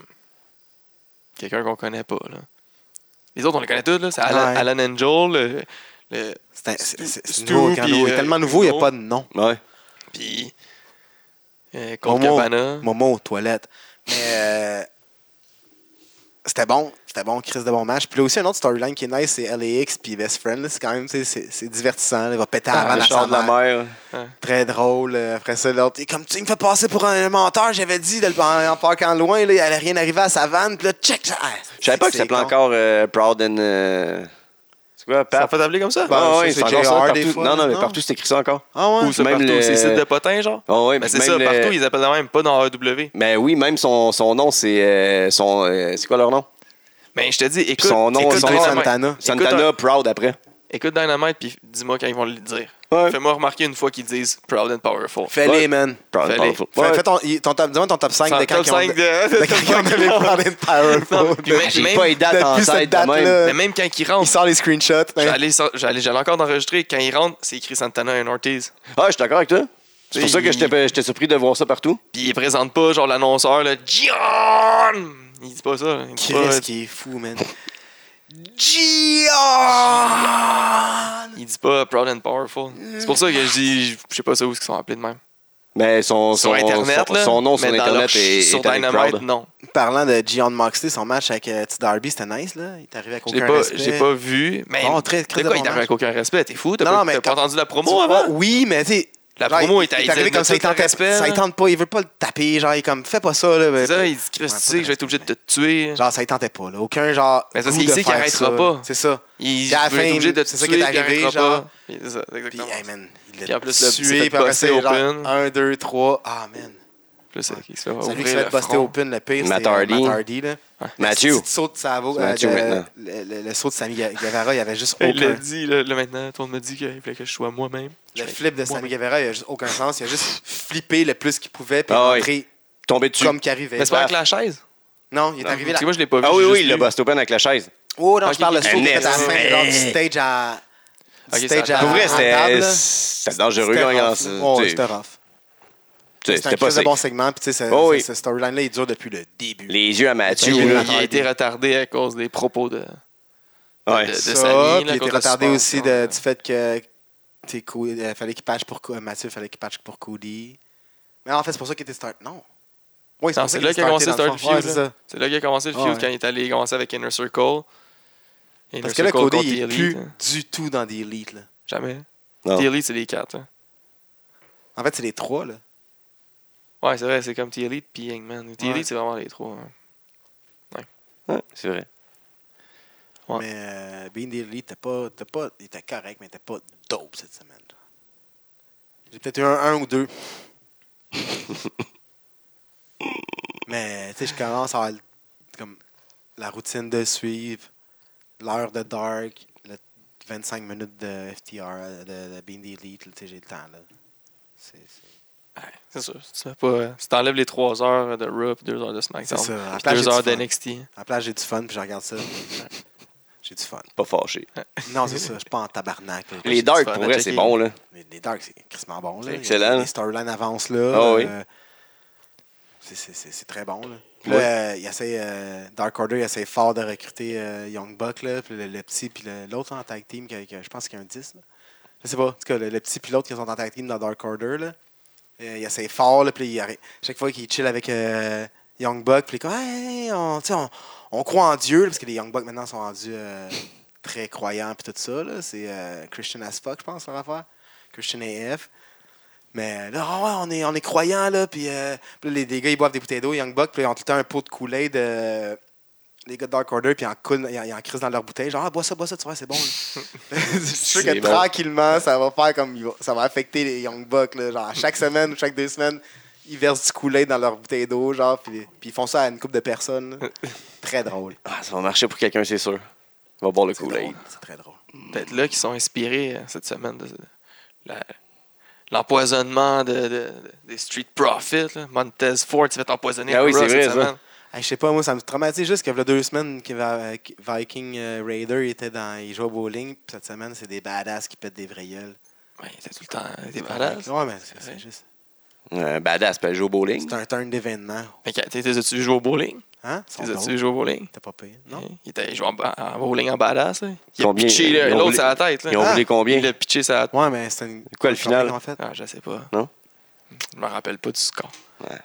quelqu'un qu'on connaît pas. Là. Les autres, on les connaît tous. là. C'est Alan, Ouais. Alan Angel, le, le- C'est un- c'est- c'est- c'est Stu, nouveau, quand puis, nouveau. Il est euh, tellement nouveau, il n'y a Momo. pas de nom. Ouais. puis euh, Colt Momo. Cabana. Momo aux toilettes. Mais euh, c'était bon. C'était bon, Chris de bon match. Puis là aussi, un autre storyline qui est nice, c'est LAX puis Best Friend. là. C'est quand même, tu sais, c'est c'est divertissant. là. Il va péter Ah, avant le Le la char de la mer. Très drôle. Euh, Après ça, l'autre, il est comme tu me fais passer pour un menteur. J'avais dit de le en, en parquant loin, là, il allait rien arriver à sa vanne. Puis là, check ça. Ah, Je savais pas que c'est ça s'appelait con. encore euh, Proud and. euh, C'est quoi, Ça Pap? fait t'appeler comme ça? Ben, Ah ça, ouais, c'est c'est encore ça JR des partout. fois, Non, non, mais non? partout, c'est écrit ça encore. Ah ouais. Ou ça même partout? le- C'est site de potin, genre? Ah ouais, Ben, mais c'est ça, partout, ils appellent de même, pas dans AEW. Mais oui, même son, son nom, c'est. euh, son, euh, c'est quoi leur nom? Mais je te dis, écoute, son nom, écoute son Tony nom, Dynamite. Santana. Écoute Santana Proud après. Écoute Dynamite, puis dis-moi quand ils vont le dire. Ouais. Fais-moi remarquer une fois qu'ils disent Proud and Powerful. Fais-les, Ouais. man. Proud and Fallait. Powerful. Fais- Ouais. Fais ton, il- ton top, dis-moi ton top 5 Sans de quand top ils ont- 5 de... [laughs] de quand ils ont donné Proud and Powerful. Non, puis même- J'ai même- pas les dates en Depuis cette tête de date-là. même. Mais même quand ils Il rentrent, sort les screenshots. hein. j'allais sor- j'allais j'allais encore d'enregistrer. Quand ils rentrent, c'est écrit Santana et Ortiz. Ah, je suis d'accord avec toi. C'est pour Oui. ça que j'étais j'étais surpris de voir ça partout. Puis ils présentent pas, genre l'annonceur, là, John! Il dit pas ça. là. Il dit pas, Chris qui est fou, man. Gian! il dit pas Proud and Powerful. C'est pour ça que je dis, je sais pas ça où ils sont appelés de même. Mais son, Sur son, Internet, son, là. son nom sur mais dans Internet leur- est, Sur est avec Dynamite, Proud. non. Parlant de Gian Moxley, son match avec euh, T. Darby, c'était nice, là. Il est arrivé avec J'ai aucun pas, respect. j'ai pas vu. Mais Bon, très- très de quoi il t'arrive bon match. avec aucun respect? T'es fou? T'as Non, pas, non, mais t'as pas quand- entendu la promo Tu avant? vois, Oui, mais tu sais... La genre, promo il- est- il il est arrivé dit, comme ça, il mettez aucun tentait, respect, ça, là. il tente pas, il veut pas le taper, genre, il est comme, fais pas ça, là. hein. C'est ben, ça, il dit, Chris, tu sais que je vais être obligé de te tuer. Genre, ça il tentait pas, là. Aucun, genre, Mais c'est parce goût qu'il de sait qu'il faire arrêtera ça, pas. là. C'est ça. Il Puis à la veut être fin, obligé de te c'est ça tuer, qui est arrivé, il arrêtera genre. pas. C'est ça, Puis, exactement. hey, man, il Puis l'a en plus, le- c'était tué, puis après busté ça, il est open. genre, un, deux, trois, ah, man. Plus, c'est qu'il se fait Celui ouvrir qui se le fait buster front. open le pire, Matt c'est euh, Hardy. Matt Hardy, là. Matthew. Le petit saut de Savo, C'est Mathieu euh, de- maintenant. le, le- le saut de Sammy Ga- Guevara, il n'y avait juste [laughs] Il l'a aucun. dit, là, là, maintenant, tout le monde me dit qu'il fallait que je sois moi-même. Je Le fais- flip de Sammy moi-même. Guevara, il n'y a juste aucun sens. Il a juste flippé le plus qu'il pouvait, puis Ah il oui. est rentré Tombé dessus. comme qu'il arrivait. Mais c'est pas avec la chaise. Non, il est arrivé là. Parce que moi, je l'ai pas vu. Ah oui, j'ai oui, juste il l'a vu. bust open avec la chaise. Oh non, je Ok, parle de ok. saut qu'il a fait à la Hey. fin, genre du stage à. Ok, du ça stage à. attend. Pour vrai, en table, c'était là. c'était dangereux C'était quand rough, il là. lance- Ouais, tu sais, C'était rough. tu sais, C'était un C'était pas crise de safe. bon segment, puis tu sais, ce- Oh ce oui. ce storyline-là, il dure depuis le début. Les yeux à Mathieu. Mathieu, Il là. a- il a été retardé à cause des propos de. Ouais. de- de- ça, Sammy, puis là, il était contre le retardé sport, aussi ouais. de- du fait que t'es cou- euh, fallait qu'il patche pour Co- Mathieu, fallait qu'il patche pour Cody. Mais en fait, c'est pour ça qu'il était start. Non. Oui, Non, pour ça c'est qu'il là était qu'il a commencé le start starté, dans feud. fond. Ouais, c'est là. ça. C'est là qu'il a commencé le Ouais, feud ouais. quand il est allé commencer avec Inner Circle. Inner Parce que là, Circle Cody, contre il est The plus Elite, hein. du tout dans des élites. Jamais. Non. The Elite, c'est les quatre. hein. En fait, c'est les trois. là. Ouais, c'est vrai, c'est comme T-Elite puis Hangman. T-Elite, Ouais. c'est vraiment les trois. hein. Ouais, c'est vrai. Ouais. Mais euh, Bean Daily, t'as pas, t'as pas, il était correct, mais t'es pas dope cette semaine. là. J'ai peut-être eu un, un ou deux. mais tu sais, je commence à avoir le- comme la routine de suivre, l'heure de dark, le 25 minutes de FTR, de, de Bean Daily, tu sais, j'ai le temps là. C'est, c'est... Ouais, c'est sûr. Si tu mets pas, euh, si t'enlèves les 3 heures de Raw puis 2 heures de SmackDown, C'est ça. À la puis place, 2 j'ai du heures fun. d'NXT. À la place, j'ai du fun, puis je regarde ça. j'ai du fun. Pas fâché. Non, c'est ça, je suis pas en tabarnak. là. Les dark, dark, pour pour vrai, vrai, c'est c'est bon, bon, là. Les, les Dark, c'est crissement bon. Là. C'est excellent, Les hein. storylines avancent là. Ah oui. euh, c'est- c'est- c'est c'est très bon. Là. Puis Ouais. là, euh, il essaie, euh, Dark Order, il essaie fort de recruter euh, Young Buck, là, puis le, le petit, puis le- l'autre en tag team, qui a- qui a- je pense qu'il y a un 10. Là. Je sais pas. En tout cas, le, le petit puis l'autre qui sont en tag team dans Dark Order, là. Euh, il essaie fort, là, puis il arrête- chaque fois qu'il chill avec euh, Young Buck, puis il est comme, Hey, on, tu sais, on, on croit en Dieu, là, parce que les Young Bucks maintenant sont rendus euh, très croyants, puis tout ça. là. C'est euh, Christian as fuck, je pense, leur affaire. Christian AF. Mais là, Ah ouais, on est, on est croyants, là. Puis, euh, puis là, les, les gars, ils boivent des bouteilles d'eau, Young Buck, puis ils ont tout le temps un pot de coulée de. Les gars de Dark Order, puis ils en, coulent, ils en, ils en crissent dans leur bouteille. Genre, ah, bois ça, bois ça, tu vois, c'est [laughs] bon. là. Je suis sûr que C'est bon. tranquillement, ça va faire comme. ils vont- Ça va affecter les Young Bucks, là. Genre, à chaque semaine ou chaque deux semaines, ils versent du coulée dans leur bouteille d'eau, genre, puis, puis ils font ça à une couple de personnes. là. [laughs] Très drôle. Ah, ça va marcher pour quelqu'un, c'est sûr. On va boire le C'est kool drôle, C'est très drôle. Peut-être là qui sont inspirés euh, cette semaine de, de- la- l'empoisonnement de, de- des Street Profits. là. Montez Ford s'est fait empoisonner Ah par oui, Raw c'est cette vrai, ça. semaine. Hey, je sais pas, moi, ça me traumatise juste que v'là deux semaines que Va- Viking euh, Raider il était dans. Il jouait au bowling, puis cette semaine, c'est des badass qui pètent des vraies gueules. Ouais, Ben, il était tout le temps il était malade. Ouais, mais c'est- vrai. c'est juste. Un badass, puis elle joue au bowling. C'est un turn d'événement. Mais quand t'es- t'es as-tu joué au bowling? Hein? Ils sont T'es drôles. as-tu joué au bowling? T'as pas payé, non? Il était joué en, ba- en bowling en badass. là. Il a Combien- pitché là, ils ont l'autre roulé- sur la tête. là. Ils ont Ah! roulé combien? Il a pitché sur la tête. Ouais, mais c'est une. Quoi, le final? En fait. Ah, je sais pas. Non? Je me rappelle pas du score.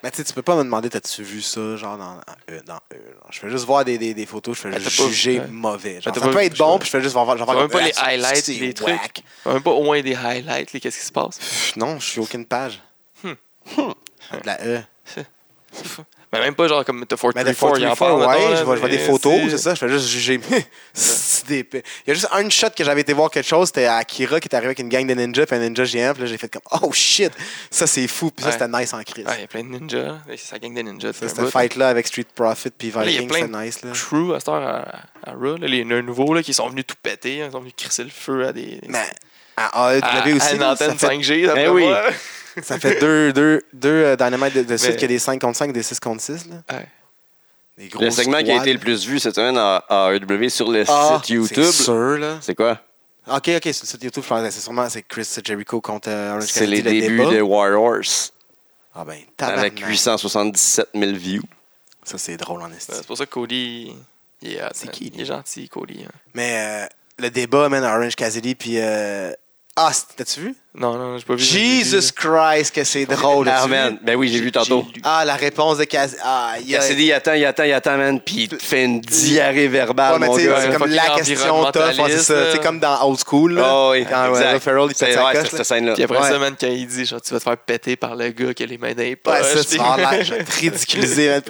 Mais tu sais, tu peux pas me demander, t'as-tu vu ça, genre dans dans eux? Dans eux genre. Je fais juste voir des, des, des photos, je fais Ah, juste t'as pas- juger ouais. mauvais. t'as Genre, ça pas peut vu- être bon, puis je fais juste voir. T'as même pas les highlights, highlights, les trucs. T'as même pas au moins des highlights, les qu'est-ce qui se passe. Non, je suis aucune page. Hmm. De la E. Mais même pas genre comme The 434, Mais Ben, des photos, il en ouais, parle. mettons, là, je vois, je vois des mais photos, c'est- c'est ça, je fais juste juger. [laughs] C'est des épais. Il y a juste un shot que j'avais été voir quelque chose, c'était à Akira qui est arrivé avec une gang de ninjas, puis un ninja géant, puis là j'ai fait comme « Oh shit! » Ça c'est fou, puis ça Ouais. c'était nice en crise. Ah, il y a plein de ninjas. là. C'est sa gang de ninjas. Ça, c'est Cette fight-là avec Street Profit puis il y a Viking, plein c'était de nice. Là. Crew à cette heure à, à Raw. là. Il y en a un nouveau là, qui sont venus tout péter. hein. Ils sont venus crisser le feu à des. Mais à AEW à, à aussi, une là, antenne ça fait, Ben 5G. d'après Eh oui. moi. [laughs] [laughs] ça fait deux, deux, deux euh, Dynamite de, de suite Mais- qu'il y a des 5 contre 5 des 6 contre 6. Là. Ouais. Des Le grosses segment qui a été squads. le plus vu cette semaine à, à AEW sur le Ah, site YouTube, C'est sûr, là. c'est quoi? Ok, ok, sur le site YouTube, je pensais, c'est sûrement c'est Chris Jericho contre euh, Orange C'est Cassidy, les le débuts débat. de War Horse Ah ben, tabarnak. avec 877 000 views. Ça, c'est drôle en esti. Ouais, C'est pour ça que Cody. Il est, hein. C'est qui, il est gentil, Cody. hein. Mais euh, le débat, man, Orange Cassidy, puis... euh, Ah, c'est- t'as-tu vu? Non, non, j'ai pas vu. Jesus Christ, que c'est drôle. Ah, t'as-tu vu? man. Ben oui, j'ai vu tantôt. Ah, la réponse de Cassidy. Ah, il y a- Cassidy, il attend, il attend, il attend, man, puis il te fait une diarrhée Ouais, verbale, Ah, mais mon tu sais, gars. c'est un comme la fucking question tough, ouais, c'est ça. environnementaliste, C'est là. comme dans Old School, là, Ah oui, quand exact. euh, Will Ferrell, il C'est pète sa ouais, coche. c'est là. cette scène-là. Puis après Ouais. ça, man, quand il dit genre, Tu vas te faire péter par le gars qui a les mains dans les Ouais, ça, Ah, poches, tu [laughs] puis- vas [laughs] avoir l'air ridiculisé. man.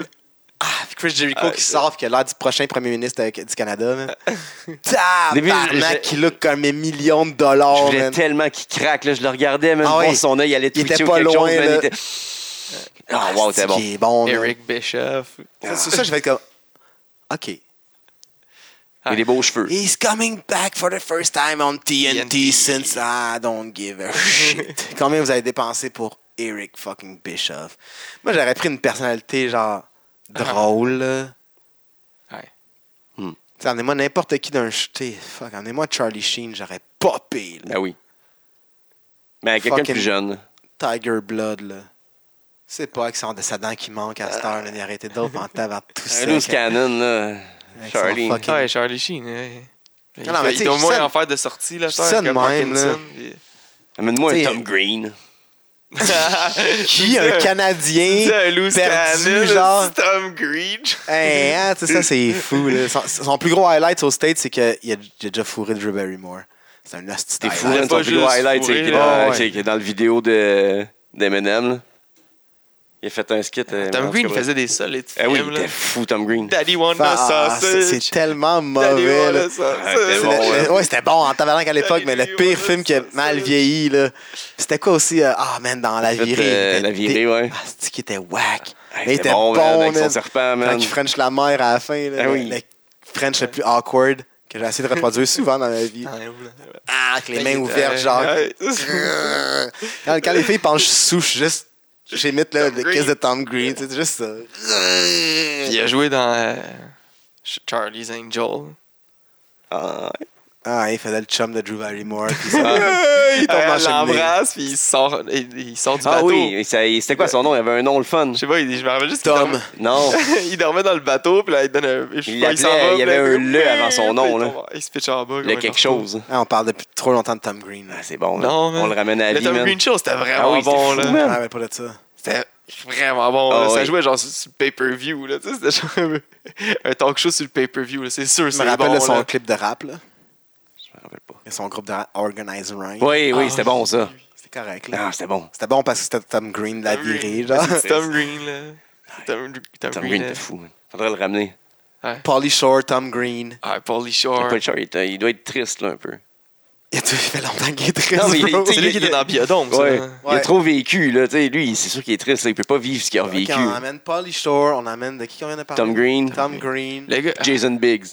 Ah, puis Chris Jericho Ah, qui ça. sort, puis qui a l'air du prochain premier ministre euh, du Canada, man. [laughs] Début, Tabarnak, je- qui look comme un million de Je dollars, voulais Oh, man. tellement qu'il craque, là. Je le regardais, même Ah pour oui. son œil, il allait Il était twitcher ou pas quelque loin, chose, man, là. il était- Ah, wow, t'es bon. Qui est bon, man. Eric Bischoff. C'est ça, je vais être comme. OK. Il a des beaux cheveux. He's coming back for the first time on TNT TNT. since I don't give a [laughs] shit. Combien vous avez dépensé pour Eric fucking Bischoff? Moi, j'aurais pris une personnalité genre Ah. drôle. là. Ouais. Hmm. T'sais, Amenez-moi n'importe qui d'un ch- t'sais, Fuck, amenez-moi Charlie Sheen, j'aurais popé. là. Ben oui. Mais quelqu'un de Fucking- plus jeune. Tiger Blood, là. C'est pas avec son de sa dent qui manque à cette heure, là. Il y aurait été d'autres en avant tout Un ça. loose avec- cannon, là. avec son Charlie. fucking- Ouais, Charlie Sheen. hein. ouais. Il, Non, non, mais il tu sais, doit au je moins dis ça- en faire de sortie, là, je ça, dis ça de comme même, là. Parkinson, puis- Amène-moi un T'sais, Tom Green. [laughs] Qui, [laughs] un C'est Canadien? un loose perdu, cannon, genre. genre. Tom Green. Hey, hein, tu sais, [laughs] ça, c'est fou. Là. Son, son plus gros highlight aux States, c'est qu'il a, il a déjà fourré Drew Barrymore. C'est un hostie de T'es fou, highlight. hein, pas ton plus gros juste highlight, c'est fourré, qu'il est là. dans- Ouais. c'est qu'il est dans le vidéo de- d'Eminem. là. Il a fait un skit. euh, en Tom tout Green cas, il bref. faisait des solides Eh Ah oui, films, il là. était fou, Tom Green. Daddy want a Ah, c'est sausage. c'est tellement Daddy mauvais. want là. Ah, a Ouais, sausage. c'est C'est bon, le- le- ouais, c'était bon en tabarnak à l'époque, mais le Daddy pire want a film qui a mal sausage. vieilli, là. C'était quoi aussi? euh, Ah, man, dans La Fait, Virée. il euh, était La Virée, dé- ouais. Ah, c'est qui était whack. Ah, Mais il était bon, man, avec son man. serpent, Quand man. il French la mer à la fin, là, Ah le- oui. le French le plus awkward que j'ai essayé de reproduire souvent dans ma vie. Ah, avec les hein. mains ouvertes, genre. Ah, [laughs] Quand, quand les filles penchent sous, je suis juste. J'imite là, Tom le Green. kiss de Tom Green, c'est juste ça. Il a joué dans euh, Charlie's Angel. Ah, Ah, il faisait le chum de Drew Barrymore. [laughs] Puis ça. [laughs] il Ah. tombe dans la Elle cheminée. l'embrasse, puis il sort, il, il sort du Ah bateau. oui, et ça- c'était quoi son nom? Il avait un nom, le fun. Je sais pas, il- je me rappelle juste qu'il Tom. Non. dormait- [laughs] il dormait dans le bateau, puis là, il donne un. je sais Il pas, s'en l'appelait, va, il y puis là, avait un fait le avant son Puis nom, il là. tombe- Il se pitche en bas. Il y a comme un quelque corbeau. chose. Ah, on parle depuis trop longtemps de Tom Green. là. Ah, c'est bon. Non, là. man. On le ramène à la Le vie, Tom man. Green Show, c'était Ah vraiment oui, c'était bon, fou, là. man. Je me rappelle pas de ça. C'était vraiment bon. Ah là. Ça oui. jouait genre sur, sur le pay-per-view. là. Tu sais, C'était genre un, un talk show sur le pay-per-view. là. C'est sûr, Je me c'est rappelle bon. de son là. clip de rap, là. Je me rappelle pas. Et son groupe de rap, Organize Rhyme. Oui, oui, Ah, c'était bon, ça. C'était correct, là. Ah, c'était bon. C'était bon parce que c'était Tom Green, la Tom Green. ben, virée, genre. C'est [laughs] Tom Green, là. Tom, Tom Tom Green. Green là. était fou, man. Faudrait le ramener. Polly Shore, Tom Green. Ah, Paulie Shore. Paul Shore, il, était- il doit être triste, là, un peu. Il a tout fait longtemps qu'il est triste, Non, mais il- bro. tu sais, C'est lui qui était dans Biodome, ça. hein. Ouais. Il a Ouais. trop vécu, là. Tu sais, lui, c'est sûr qu'il est triste, là. Il peut pas vivre ce qu'il a Ok, vécu. on amène Polly Shore, on amène de qui qu'on vient de parler? Tom Green. Tom Green. Le gars. Ah, Jason Biggs.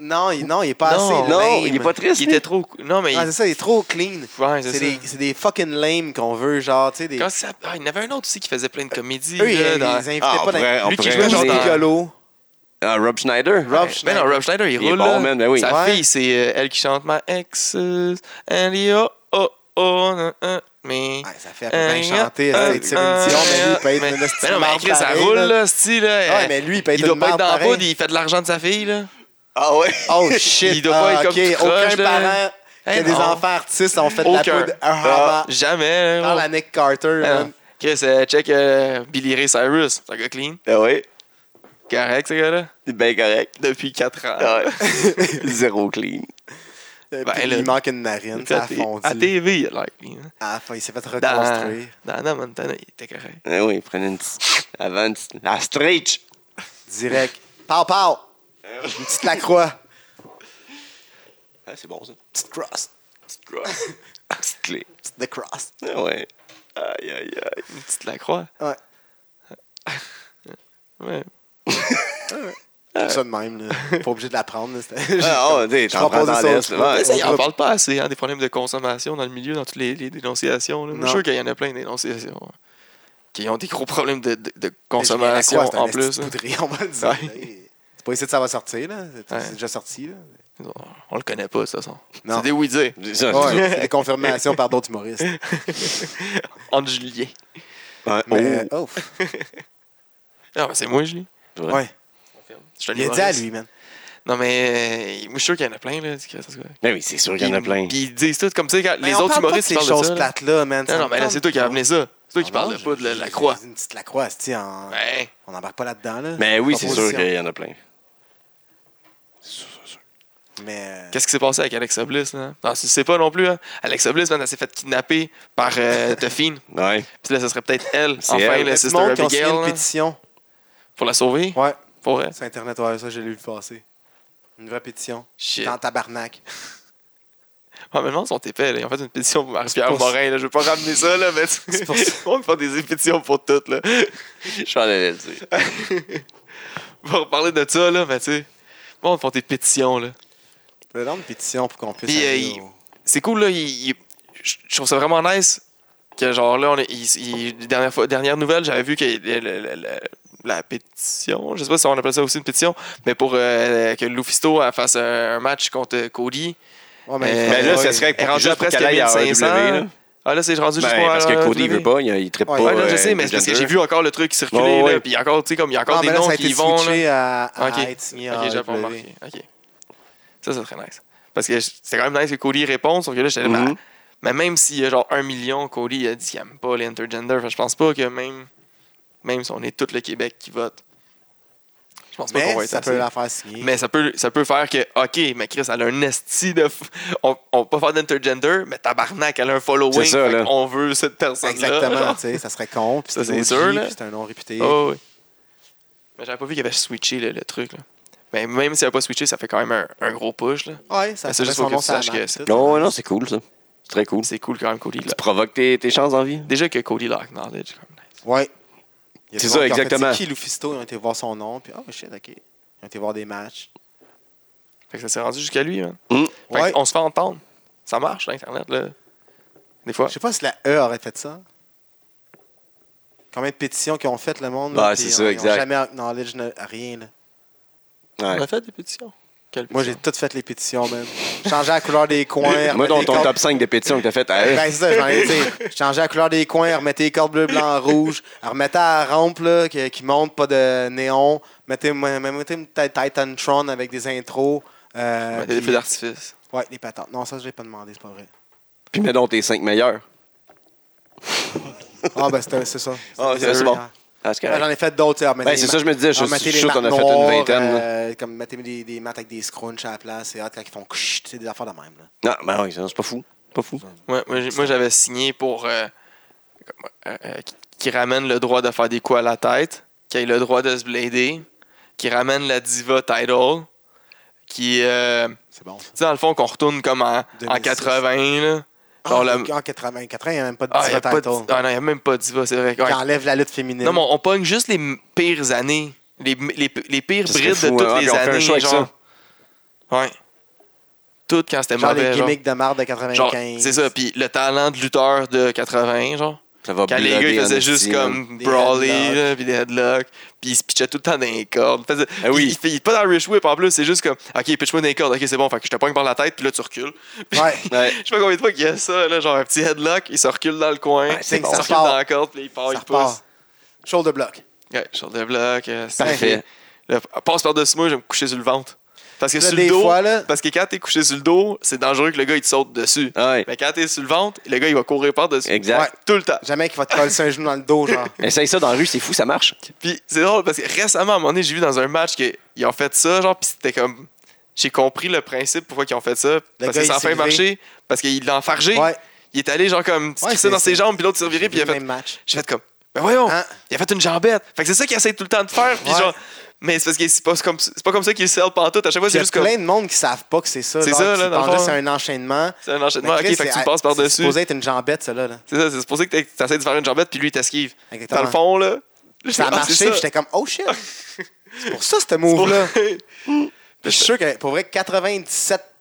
Non, il, non, il est pas Non. assez. Non, lame. il est pas triste. Il était lui. trop. cou- Non, mais. il- Ah, c'est ça, il est trop clean. Ouais, c'est C'est ça. des, c'est des fucking lame qu'on veut, genre, tu sais, des. Comment ça- Ah, il y en avait un autre aussi qui faisait plein de comédies. Eux, ils, là, ils dans- invitaient Ah, on pas pourrait- dans. on Lui qui pourrait jouait genre ramener- Piccolo. Ah, Rob Schneider. Rob Mais Schneider. Ben non, Rob Schneider, il Il est roule. bon, là. man, ben oui. Sa Ouais. fille, c'est euh, elle qui chante My ex. And the oh, oh, oh, non, non, mais. Ouais, ça fait à peu près chanter. C'est Céline euh, Dion, mais lui, il peut mais- être une mais non, estime mais Chris, ça roule, là, style. là. Ouais, Elle- mais lui, il peut être il doit une pas être marde dans le pareil. poudre, il fait de l'argent de sa fille, là. Ah ouais? Oh shit! Il doit pas ah, être comme ok, tout croche, là. Aucun parent qui a Eh des non. enfants artistes ont fait de la Aucun. Ah, poudre Ah, à Rama. Jamais, là. Parle à Nick Carter. Ah, man. Chris, euh, check euh, Billy Ray Cyrus. C'est un gars clean. Ah ouais? Correct, ce gars-là. C'est bien correct. Depuis 4 ans. Ah ouais. [laughs] Zéro clean. Puis ben, là. Il manque une narine, ça a à fondu. TV, il a l'air clean. hein. À la fin, il s'est fait Dans, reconstruire. dans Hannah Montana, il était correct. Ah oui, prenez une petite. Avant, une petite- La stretch. Direct. Pow, pow! Eh Une petite lacroix. Ah, c'est bon, ça. Petite cross. Petite crosse. Petite clé. Petite de cross. Ah ouais. Aïe, aïe, aïe. Une petite Lacroix. Ouais. Ouais. Tout ça de même, là. Pas obligé de la prendre. là, c'était- Ah, oh, t'sais, t'en propose prends dans ça, l'est, tu là. vois. Ouais. Ça, on il en va- parle pas assez, hein, des problèmes de consommation dans le milieu, dans toutes les, les dénonciations. là. Moi, Je Non. suis sûr qu'il y en a plein de dénonciations. hein, Qui ont des gros problèmes de, de- de La consommation croix, c'est un en esti plus. de hein. poudrier, on va le dire. Ouais. là. C'est pas ici que ça va sortir, là. C'est Ouais. c'est déjà sorti, là. On le connaît pas, de toute façon. Non. C'est des oui-dire. C'est ça. Ouais, c'est des confirmations par d'autres humoristes. Entre Julien. Ouais. Mais, oh, Non, mais Ah, ben, c'est moi, Julien. Oh. ouais. Je suis un Il a dit à humoriste. lui, man. Non, mais euh, moi, je suis sûr qu'il y en a plein. Là, qui- en tout cas. Ben oui, c'est sûr qu'il y en a Puis- plein. Puis ils disent tout comme ça. Quand les Mais on autres parle pas de humoristes, ils ces parlent de choses ça. là. plates là, man. Non, non, mais là, c'est toi qui as amené ça. C'est toi qui Ah, parles non, pas de la, j'ai- la j'ai- croix. Ben, j'ai Une petite la croix, c'est en... Ouais. on n'embarque pas là-dedans. Là. Mais oui, c'est sûr Proposition. qu'il y en a plein. Mais Qu'est-ce qui s'est passé avec Alexa Bliss? Là? Non, tu le sais pas non plus. Hein. Alexa Bliss, man, elle s'est fait kidnapper par [laughs] euh, Tuffine. Ouais. Puis là, ça serait peut-être elle, C'est enfin, elle. la tout le sister euh, monde qui a signé Abigail, une là, pétition. pour la sauver. Ouais, Pour elle. sur Internet, ouais, ça, j'ai lu passer. Une vraie pétition. Shit. Dans tabarnak. Ah, mais le monde sont épais. Là. Ils ont fait une pétition pour Marie-Pierre pour ça- Morin. Là. Je veux pas ramener ça, là, mais C'est pour ça. le monde fait des pétitions pour toutes. Là. Je suis en allé le dire. On va reparler de ça, là, mais tu sais. Le monde font des pétitions, là. Le nom de pétition pour qu'on puisse. Puis, aller euh, au- c'est cool là il- il- je je trouve ça vraiment nice que genre là on est, il- il- dernière fois dernière nouvelle j'avais vu que le- le- le- le- la pétition je sais pas si on appelle ça aussi une pétition mais pour euh, que Lufisto elle fasse un, un match contre Cody Ouais, euh, Ben là, ouais, ça serait est pour- rendu juste à pour presque qu'elle aille à 1500 AEW, là. ah là c'est rendu juste Ben, pour euh, parce à que Cody, il AEW. veut pas, il, il trippe Ouais. pas. ouais là, je euh, sais mais c'est parce que gender. j'ai vu encore le truc circuler Ouais, ouais. là, puis il y a encore tu sais comme il y a encore Non, des Ah, mais là, noms ça a qui été vont là. Ah, switché ah, à, à Ok. être signé à Ok, j'avais pas AEW. remarqué. Ok. Ça, ça serait nice. Parce que c'était quand même nice que Cody réponde, sauf que là, j'étais là, Mhm. Mm-hmm. bah, mais même s'il y a genre un million, Cody a dit qu'il aime pas l'intergender. Fait que Je pense pas que même, même si on est tout le Québec qui vote, Je pense pas qu'on va Mais être ça assez. peut la faire signer. Mais ça peut, ça peut faire que, OK, mais Chris, elle a un esti de. f- On, on peut pas faire d'intergender, mais tabarnak, elle a un following. C'est ça, là. on veut cette personne-là. Exactement, genre. tu sais, ça serait con. Puis Ça, c'est c'est sûr, sûr, là. C'est un nom réputé. Ah oui. Mais j'avais pas vu qu'il avait switché le, le truc. Là. Mais même s'il avait pas switché, ça fait quand même un, un gros push. Là. Ouais, ça Mais c'est serait juste son pour que nom, tu ça saches marque, que tout, c'est- ça Non, marque. non, c'est cool, ça. C'est très cool. C'est cool quand même, Cody. Tu Là. provoques tes, tes chances en vie. Déjà que Cody Lock Knowledge. Comme nice. Ouais. Il y a C'est ça, des gens qui ont fait, exactement. C'est qui Lufisto? Ils ont été voir son nom, puis oh shit, ok. Ils ont été voir des matchs. Fait que ça s'est rendu jusqu'à lui. Man. Hum. Fait Ouais. On se fait entendre. Ça marche, l'Internet. là. Des fois. Je sais pas si la E aurait fait ça. Combien de pétitions qu'ils ont faites, le monde? là, Ouais, puis Bah, c'est ça, ils ont exact. jamais acknowledge ne- rien. là. Ouais. On a fait des pétitions. Quelle Moi, j'ai pétition? toutes fait les pétitions, même. Changer la couleur des coins. Moi, dans remettre ton les top 5 des pétitions que t'as fait, hey, Ben, c'est ça, j'en [laughs] ai dit. Changer la couleur des coins, remettez les cordes bleues, blanc, rouge. Remettez à la rampe là, qui, qui monte, pas de néon. Mettez, mettez une tête Titan Tron avec des intros. Euh, Ouais, des puis- feux d'artifice. ouais, les patentes. Non, ça, je l'ai pas demandé, c'est pas vrai. puis mets donc tes 5 meilleurs. Ah, ben, c'était- c'est ça. Ah, C'était c'est ça. bon. Ah, c'est Ouais, correct. J'en ai fait d'autres. tu sais, remettez Ben, les c'est ma- ça, je me disais. Je remettez suis les sûr qu'on a maths fait une noires, vingtaine. là. euh, comme mettez des, des maths avec des scrunchs à la place. C'est hot quand ils font ksh, tu sais, des affaires de même. Là. Non, ben oui, c'est pas fou. Pas fou. Ouais, moi, j'ai- moi, j'avais signé pour euh, comme, euh, euh, qui- qui ramène le droit de faire des coups à la tête, qui ait le droit de se blader, qui ramène la diva title, qui euh, tu C'est bon. ça. sais dans le fond qu'on retourne comme en, en 2006. 80 là. Ah, Genre la- En 84, il n'y a même pas de Ah, y a title. pas de- ah, non, il n'y a même pas de diva, c'est vrai. Ouais. Qui enlève la lutte féminine. Non, mais on, on pogne juste les m- pires années, les, m- les, p- les pires Ça serait brides de fou, toutes hein, puis les on fait un années show avec genre. Ouais. Toutes quand c'était Genre mauvais. les genre. gimmicks de marde de Genre, 95. c'est ça, puis le talent de lutteur de 80 genre. Ça va Quand les gars, bloguer ils en faisaient esti, juste là. comme Des brawler, headlocks. là, puis des headlocks, puis ils se pitchaient tout le temps dans les cordes. Ils faisaient- Ah oui. Ils- Ils fait pas dans le Rich Whip en plus, c'est juste comme, OK, pitch-moi dans les cordes, OK, c'est bon, fait que je te pogne par la tête, puis là, tu recules. Puis- Ouais. Ouais. Je sais pas combien de fois qu'il y a ça, là, genre un petit headlock, il se recule dans le coin, Ouais, c'est il bon. se Ça recule repart. dans la corde, puis là, il part, ça il pousse. repart. Shoulder block. Ouais, sur le bloc, euh, c'est- Parfait. Là, passe par-dessus moi, je vais me coucher sur le ventre. Parce que Là, sur des le dos, fois, là- Ah. parce que quand t'es couché sur le dos, c'est dangereux que le gars, il te saute dessus. Ouais. Mais quand t'es sur le ventre, le gars, il va courir par-dessus. Exact. Tout le temps. Jamais qu'il va te coller un genou dans le dos, [laughs] genre. Essaye ça dans la rue, c'est fou, ça marche. Puis c'est drôle parce que récemment, à un moment donné, j'ai vu dans un match qu'ils ont fait ça, genre, puis c'était comme. J'ai compris le principe pourquoi ils ont fait ça. parce gars, que il ça a s'est fait levé. marcher, parce qu'il l'a enfargé. Ouais. Il est allé, genre, comme, se Ouais, crisser c'est- dans ses c'est- jambes, puis l'autre s'est reviré, J'ai puis il a vu le fait. même match. J'ai fait comme. Ben voyons, Hein? il a fait une jambette. Fait que c'est ça qu'il essaie tout le temps de faire, puis Ouais. genre. Mais c'est parce que c'est pas comme, c'est pas comme ça qu'il sell pantoute. À chaque fois, Il y c'est a juste comme. plein de monde qui savent pas que c'est ça. C'est genre, ça, qui là, dans le pensent fond. que C'est un enchaînement. C'est un enchaînement. Mais Ok, Chris, fait que tu c'est- passes C'est par-dessus. supposé être une jambette, ça, là. là. C'est ça, c'est supposé que t'as- t'essaies de faire une jambette, puis lui, il t'esquive. Exactement. Dans le fond, là. Ça a Ah, c'est marché, ça. puis j'étais comme, oh shit. C'est [laughs] pour ça, ce move-là. Puis Je suis sûr que, pour vrai,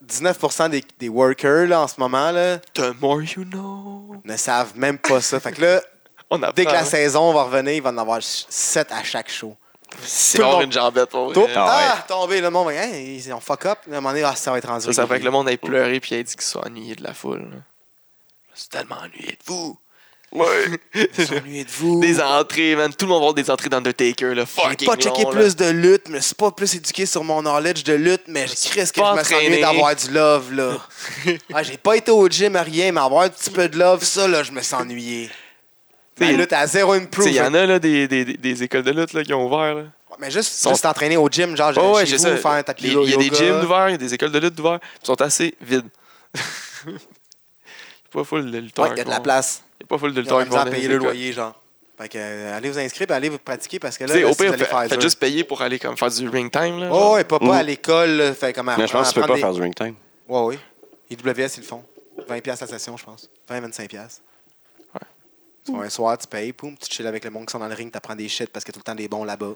97-19% des, des workers, là, en ce moment, là, The more you know. ne savent même pas ça. Fait que là, On a dès que la saison va revenir, il va en avoir 7 à chaque show. C'est tout le rare monde- une jambette, pour Tout- vrai. Ah ah, tombé, le monde, hey, ils ont fuck up. Là, À un moment donné, ah, ça va être rendu. Ça, ça fait que ridicule. le monde aille pleurer puis aille dire qu'ils sont ennuyés de la foule. là. Je suis tellement ennuyé de vous. [laughs] S'ennuyez de vous. des entrées, man. Tout le monde va avoir des entrées d'Undertaker, là. J'ai Fucking pas checké long, là. plus de lutte, mais c'est pas plus éduqué sur mon knowledge de lutte, mais je crie que pas je me sens entraîné. mieux d'avoir du love, [laughs] là. Ah, J'ai pas été au gym à rien, mais avoir un petit peu de love, ça, là, je me sens ennuyé. La T'sais, lutte à zéro Tu sais, Il y improve. en a, là, des, des, des- des écoles de lutte, là, qui ont ouvert, là. Mais juste sont- juste t'entraîner au gym, genre, Ouais, ouais, chez j'ai vous, ça. faire un tapis Les- Il y a des yoga. gyms d'ouvert, il y a des écoles de lutte d'ouvert. Ils sont assez vides. [laughs] Il n'y a pas full de lutteurs. Ouais, il y a de la qu'on- place. Il n'y a pas full de Ils ont lutteurs. la qui vont misère à dans payer les le écoles. loyer, genre. Fait que, euh, allez vous inscrire, puis allez vous pratiquer, parce que là, Tu sais, là, au si vous pire, allez faites faire faites dur. juste payer pour aller comme faire du ring time. Là, Oh, ouais, pas, pas Mm. à l'école. là, Fait comme à- Mais je pense que tu peux apprendre pas faire des- du ring time. Ouais, oui. IWS, ils le font. 20$ piastres la session, je pense. 20-25$. piastres. Ouais. Tu vas un soir, tu payes, poum, tu chill avec le monde qui sont dans le ring, t'apprends des shit parce que tout le temps des bons là-bas.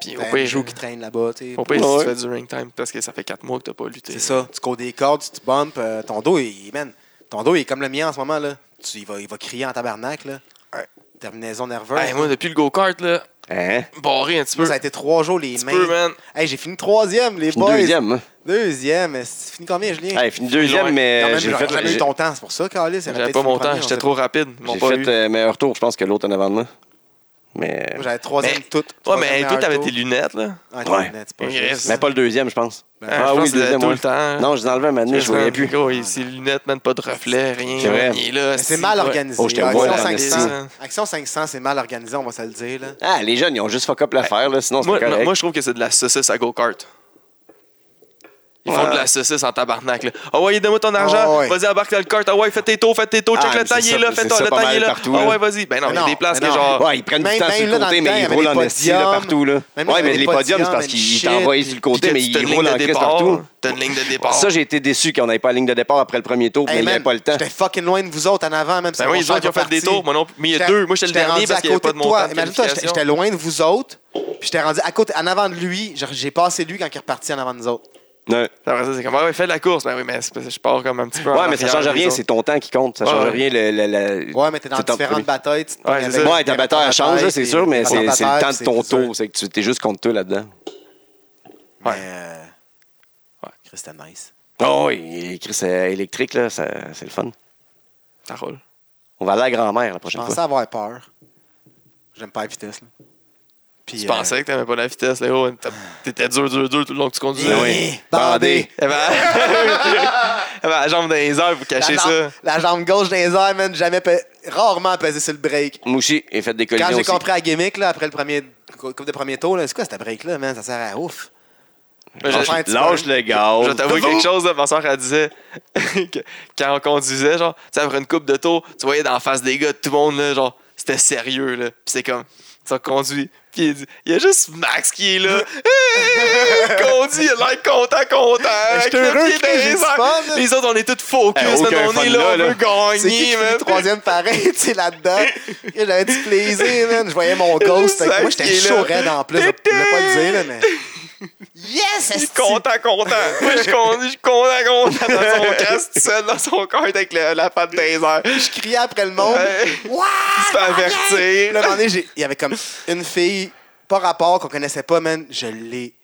Puis au T'as pire, euh, un joue ben, qui traîne là-bas, tu sais. au pire, si Ouais. tu fais du ring time parce que ça fait 4 mois que tu n'as pas lutté. C'est ça. Tu cours des cordes, tu te bumpes, euh, ton dos, il, man, ton dos, il est comme le mien en ce moment, là. Tu, il, va, il va crier en tabarnak, là. Ouais. Terminaison nerveuse. Hey, moi, depuis le go-kart, là, Hein? barré un petit peu. ça a été trois jours les petit mains. peu, man. Hey, j'ai fini troisième, les boys. Deuxième. hein. Deuxième. C'est fini combien, Julien? Hey, fini deuxième, loin. Non, mais même, j'ai j'aurais fait, jamais eu j'ai- ton temps, c'est pour ça, Calis. J'avais pas mon temps, j'étais trop rapide. Ils m'ont j'ai euh, pas eu. fait euh, meilleur tour, je pense, que l'autre en avant de moi. Mais, Moi, j'avais troisième Mais- toute. Ouais, troisième mais meilleur toi, t'avais tour. tes lunettes, là. Ouais, Ouais. t'avais- c'est pas Mais juste. reste- mais pas le deuxième, je pense. Ben, Ah je oui, pense que le deuxième, tout ouais. le temps. Non, je les enlevais un moment donné, je voyais plus. Gros, il- ses lunettes, man, pas de reflet, rien. C'est vrai. Il est là. Mais C'est si, mal ouais. organisé. Oh, je te Action, vois, là, 500, merci. Action 500, c'est mal organisé, on va se le dire. Là. Ah, les jeunes, ils ont juste fuck up l'affaire, là, sinon c'est Moi, pas correct. moi, je trouve que c'est de la saucisse à go-kart. Ils font Ouais. de la saucisse en tabarnak. là. Ah ouais, donne-moi ton argent. ouais. Vas-y, embarque dans le kart. Ah ouais, fais tes taux, fais tes taux. Check Ah, mais le temps, c'est il est ça- là. Fais c'est ton, ça le pas temps, il mal est là. partout, Ah là. ouais, vas-y. Ben non, Mais il y a non, des places mais que non. genre. Ouais, ils prennent Même- du temps sur même le côté, là, dans le temps, mais il y ils avait roulent des en esti là, podiums. partout. Là. Même là, ouais, il y mais avait les des podiums, c'est podiums, parce mais qu'ils shit, t'envoient sur le côté, Puis mais que tu t'as ils une roulent ligne en de crise départ. partout. T'as une ligne de départ. Ça, j'ai été déçu qu'on n'avait pas la ligne de départ après le premier tour, mais Hey, il n'y avait man, pas le temps. J'étais fucking loin de vous autres en avant, même si Ben mon oui, les char autres, ils ont était fait des parti. tours. Moi, non, mais il y a J'étais- deux. Moi, j'étais le j'étais dernier rendu parce à qu'il n'y avait côté pas de de toi. montant. de Imagine-toi, j'étais qualification. j'étais loin de vous autres, puis j'étais rendu à côté, en avant de lui. Genre, J'ai passé lui quand il est reparti en avant de nous autres. Ouais, Après ça, c'est comme, ah ouais, fais de la course. Ben oui, mais c'est parce que je pars comme un petit peu. en Ouais, mais ça arrière change des rien, autres. c'est ton temps qui compte. Ça Ouais, change ouais. rien. Le, le- le- Ouais, mais t'es dans c'est ton différentes premier. batailles. tu te pognes Ouais, c'est avec- ça. Ouais, ta bataille, elle change, là, c'est sûr, mais c'est c'est le temps de ton tour. C'est que tu t'es juste contre toi là-dedans. Ouais. Ouais. Ouais. Chris, c'était nice. Oh, oui, Chris, euh, électrique, là, ça- c'est le fun. Ça roule. On va aller à la grand-mère la Je prochaine pensais fois. avoir peur. J'aime pas la vitesse. là. Puis, Tu euh, pensais que t'avais pas la vitesse, Léo. T'as- T'étais dur, dur, dur tout le long que tu conduisais. Ben oui. Bandé. Eh ben, [laughs] eh ben, la jambe dans les heures, vous La, cachez jambe- ça. la jambe gauche dans les airs, man, jamais pe- rarement pesé sur le break. Mouchi, et faites des Quand collisions j'ai aussi. compris la gimmick là, après le premier coupe de premier tour, là, c'est quoi cette break-là, man? Ça sert à ouf. Moi, je- Enfin, Lâche tu lâche vois. le gars. Oh, Je vais t'avouer quelque chose, là, ma soeur, elle disait [laughs] que quand on conduisait, genre, tu sais, après une coupe de tour, tu voyais dans la face des gars, tout le monde, là, genre, c'était sérieux, là. Puis c'est comme, tu conduit. Puis il dit, il y a juste Max qui est [laughs] là. Il conduit, il a l'air content, content. avec Ben, suis le heureux pied que dans les j'ai du airs. fun, là. Les autres, on est tous focus, Eh, aucun man, on fun est là, on là, là. veut C'est qui qui gagner, finit man. troisième pareil, [laughs] tu sais, là-dedans? Et J'avais du plaisir, man. Je voyais mon ghost. fait que moi, j'étais Qui est là. chaud raide en plus. Je voulais pas le dire, là, [laughs] mais... Yes! Je suis esti! content, content. Moi, je suis con- je suis content, content dans [laughs] son casque, tout seul dans son corps avec le- la patte des airs. Je Ah, criais après le monde. Ouais. Wow! Il se fait avertir. Là, un moment donné, j'ai- il y avait comme une fille, pas rapport, qu'on connaissait pas, man. Je l'ai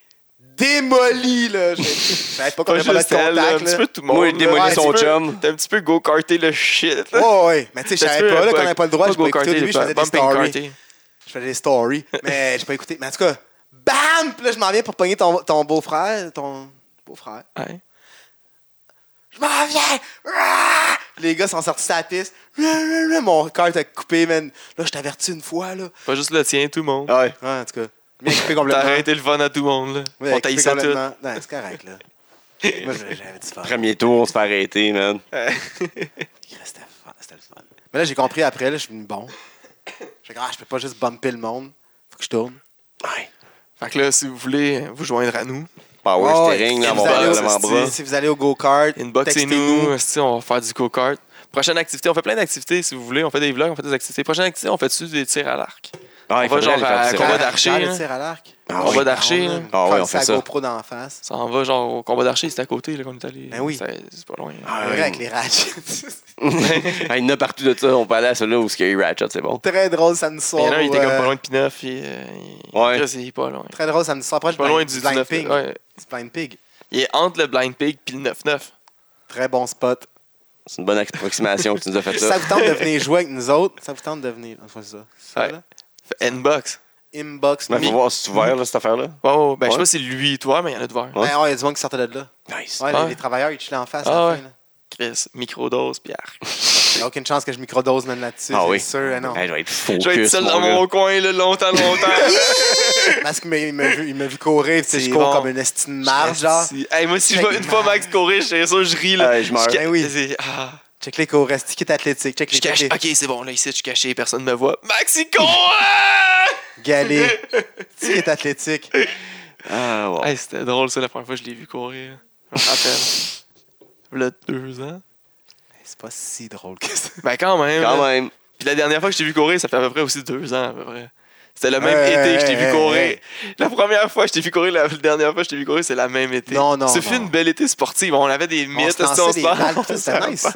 démolie, là. Je je savais pas Pas qu'on avait pas de juste elle, là, un contact, petit là. peu tout le monde. Moi, il là. démolit Ouais, son un petit peu- chum. T'as un petit peu go-karté le shit. là. Ouais, ouais. Mais tu T'as sais, Oh, je un savais petit pas, peu, là, qu'on avait pas le droit. J'ai pas écouté go-karté, au début, je faisais des bumping stories. karté. Je faisais des stories, mais j'ai pas écouté. Mais en tout cas, bam! Puis là, je m'en viens pour pogner ton, ton beau-frère, ton beau-frère. Ouais. Je m'en viens! Ah! Les gars sont sortis de la piste. Ah, ah, ah, Mon cœur t'a coupé, man. Là, je t'avertis une fois, là. Pas juste le tien, tout le monde. Ouais. Ouais, en tout cas. Bien [laughs] coupé T'as complètement. arrêté le fun à tout le monde. Là. Ouais, On coupé taillissait tout. complètement. Non, c'est correct, [laughs] là. Moi, j'avais j'avais du fun. Premier tour, on se fait arrêter, man. C'était le fun, c'était le fun. Mais là, j'ai compris après, là, je suis venu bon. J'ai dit, ah, je peux pas juste bumper le monde. Faut que je tourne. Ouais. [laughs] fait que là, si vous voulez vous joindre à nous, Power Oh, steering, si là, vous mon allez bras, au- l'avant-bras. si- Si vous allez au go-kart, inboxez-nous. esti, On va faire du go-kart. Prochaine activité, on fait plein d'activités si vous voulez. On fait des vlogs, on fait des activités. Prochaine activité, on fait dessus des tirs à l'arc. Ouais, il On va faudrait genre aller faire à du combat circuit. [laughs] Combat d'archer, d'archer. hein. tir à l'arc. Ah combat oui. d'archer, hein. Ah, là. Ah oui, on fait la ça. GoPro d'en face. Ça en va genre au combat d'archer, c'était à côté là, qu'on est allé. Ben oui. C'est c'est pas loin. Ah C'est oui. vrai, avec les ratchets. [laughs] Ah, Il y en a partout de ça. On peut aller à celui-là où il y a eu Ratchet, c'est bon. Très drôle samedi Il y soir. en a un, il était euh, comme pas loin de Pinoff. puis, euh, il- Ouais. Là, c'est pas loin. Très drôle samedi soir. Proche Ben, Pas loin du Blind 19. Pig. ouais. C'est Blind Pig. Il est entre le Blind Pig puis le 9-9. Très bon spot. C'est une bonne approximation que tu nous as fait Ça ça. vous tente de venir jouer avec nous autres. Ça vous tente de venir. Enfin, c'est ça. C'est ça, Ouais. Ben, là? Fait Inbox. Inbox. Mais nous. hein. faut voir si c'est ouvert, là, cette affaire-là. Oh, ben, je sais Ouais. pas si lui et toi, mais il y en a de voir. Ouais. Ben, ouais, il y a du monde qui sortait de là. Nice. Ouais, Ouais. Les, les travailleurs, ils chillaient en face. Ah à la ouais. fin, là. Chris, microdose, Pierre. Il n'y a aucune chance que je microdose même là-dessus. Ah c'est oui. sûr. ah non. Hey, je vais être focus, Je vais être seul mon dans gars. mon coin, là, longtemps, [laughs] longtemps. Parce qu'il m'a- il m'a vu, il m'a vu courir. Puis C'est je cours bon. comme une estime marge, genre. Si- Hey, moi, si je vois une fois Max courir, je sais ça, je ris, là. Ouais, je meurs. ca- Ben oui. c'est- ah. Check les cours. Reste qui est athlétique. Check Je les cache. tickets. Ok, c'est bon, là, ici, je suis caché, personne me voit. Max, [laughs] il court! Ah! Galé. Qui est athlétique. Ah, wow. [laughs] Hey, c'était drôle, ça, la première fois que je l'ai vu courir. Je me [laughs] rappelle. V'là deux ans. C'est pas si drôle que ça. Ben, quand même. là. Quand même. Puis la dernière fois que je t'ai vu courir, ça fait à peu près aussi deux ans, à peu près. C'était le même Hey, été que je t'ai hey, vu hey, courir. hey. La première fois que je t'ai vu courir, la dernière fois que je t'ai vu courir, c'est la même été. Non, non, Ce fut non. une belle été sportive. On avait des On mythes, se lançait des balles. on tout, [laughs] se C'était nice, ça.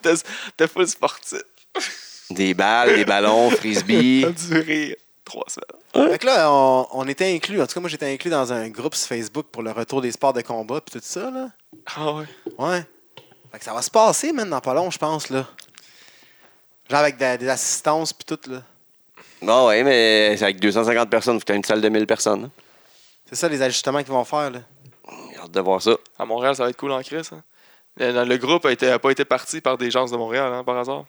T'es- T'es full sportif. Des balles, des ballons, frisbee. [laughs] Ça a duré trois semaines. Fait que là, on, on était inclus. En tout cas, moi, j'étais inclus dans un groupe sur Facebook pour le retour des sports de combat puis tout ça, là. Ah ouais. Ouais. Fait que ça va se passer, man, dans pas long, je pense, là. Genre avec des, des assistances puis tout, là. Bon, ouais, mais c'est avec 250 personnes, faut que t'aies une salle de 1000 personnes. hein. C'est ça les ajustements qu'ils vont faire. Là. J'ai hâte de voir ça. À Montréal, ça va être cool en crise. hein. Le, le- le groupe n'a pas été parti par des gens de Montréal, hein, par hasard.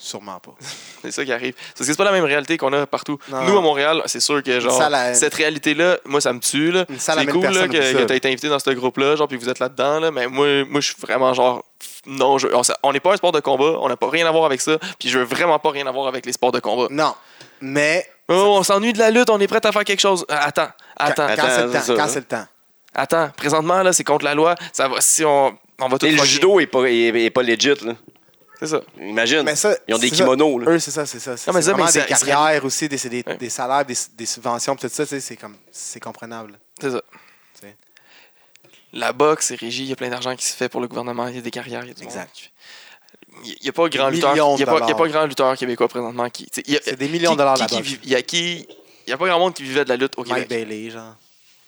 Sûrement pas. C'est ça qui arrive. Parce que c'est pas la même réalité qu'on a partout. Non. Nous, à Montréal, c'est sûr que genre, salle à- cette réalité-là, moi, ça me tue. Là. Une salle à C'est 1000 cool là, personnes, que, oublie ça. que tu été invité dans ce groupe-là, genre, puis que vous êtes là-dedans. Là, mais moi, moi je suis vraiment genre. pff, Non, je- on s- on n'est pas un sport de combat, on n'a pas rien à voir avec ça, puis je veux vraiment pas rien à voir avec les sports de combat. Non. Mais Oh, on s'ennuie de la lutte, on est prêt à faire quelque chose. Ah, Attends, quand, attends, quand Attends, c'est le c'est temps, ça, quand hein. c'est le temps. attends. Présentement, là, c'est contre la loi. Ça va, si on, on va tout Et le fucker. judo est pas, est, est pas legit, là. C'est ça. Imagine. Mais ça, Ils ont des c'est ça. kimonos, là. Eux, c'est ça, c'est ça. C'est Non, mais ça, vraiment mais des ça- ça- carrières aussi, des, c'est des, Ouais. des salaires, des, des subventions, pis tout ça, tu sais, c'est comme c'est comprenable. C'est ça. C'est- La boxe c'est régie, il y a plein d'argent qui se fait pour le gouvernement, il y a des carrières, il y a du monde. Exact. Il n'y a pas grand lutteur, Millions il y a de pas, il y a dollars. pas grand lutteur québécois présentement qui. tu sais, il y a- C'est des millions de qui- dollars qui- la qui boxe. vive- Il y a qui. Il y a pas grand monde qui vivait de la lutte au Québec. Mike Bailey, genre.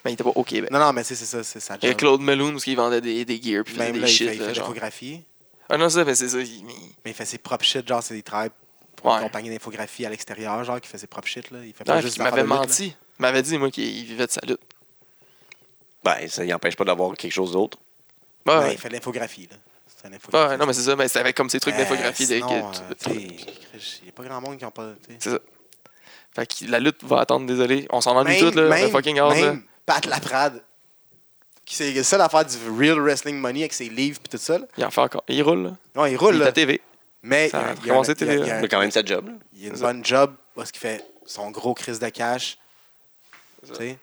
Mais il était pas au Québec. Non, non, mais tu sais, c'est ça, c'est ça. Il y a genre. Claude Melloun parce qu'il vendait des, des gears puis faisait Même des là, il shit. fait, il là, fait de genre. l'infographie, Ah non, c'est ça, mais c'est ça. il- il- mais il fait ses propres shit, genre, c'est des travails pour Ouais. une compagnie d'infographie à l'extérieur, genre, qui fait ses propres shit, là. Il fait pas Non, puis juste Il des m'avait affaires de lutte, menti. Il m'avait dit, moi, qu'il vivait de sa lutte. Ben, ça n'empêche pas d'avoir quelque chose d'autre. Ouais, là. ouais. Ouais, il fait de l'infographie, là. C'est un Ouais, infographiste. ouais, non, mais c'est ça. Mais c'est avec comme ces trucs Euh, d'infographie. de- sinon, que- euh, tu sais, Il n'y a pas grand monde qui n'a pas. tu sais. Fait que la lutte va attendre, désolé. On s'en ennuie Même, toutes, là. on a même, fucking hâte, là. même Pat Laprade, qui c'est le seul à faire du real wrestling money avec ses livres et tout ça. là. Il en fait encore. Il roule, là. Non, il Il roule, est à là. TV. Mais il Ça a a- il y a, commencé il y a- télé, il y a- Il a quand même sa job, là. il y a une C'est ça. bonne job parce qu'il fait son gros crise de cash. C'est ça. Tu sais.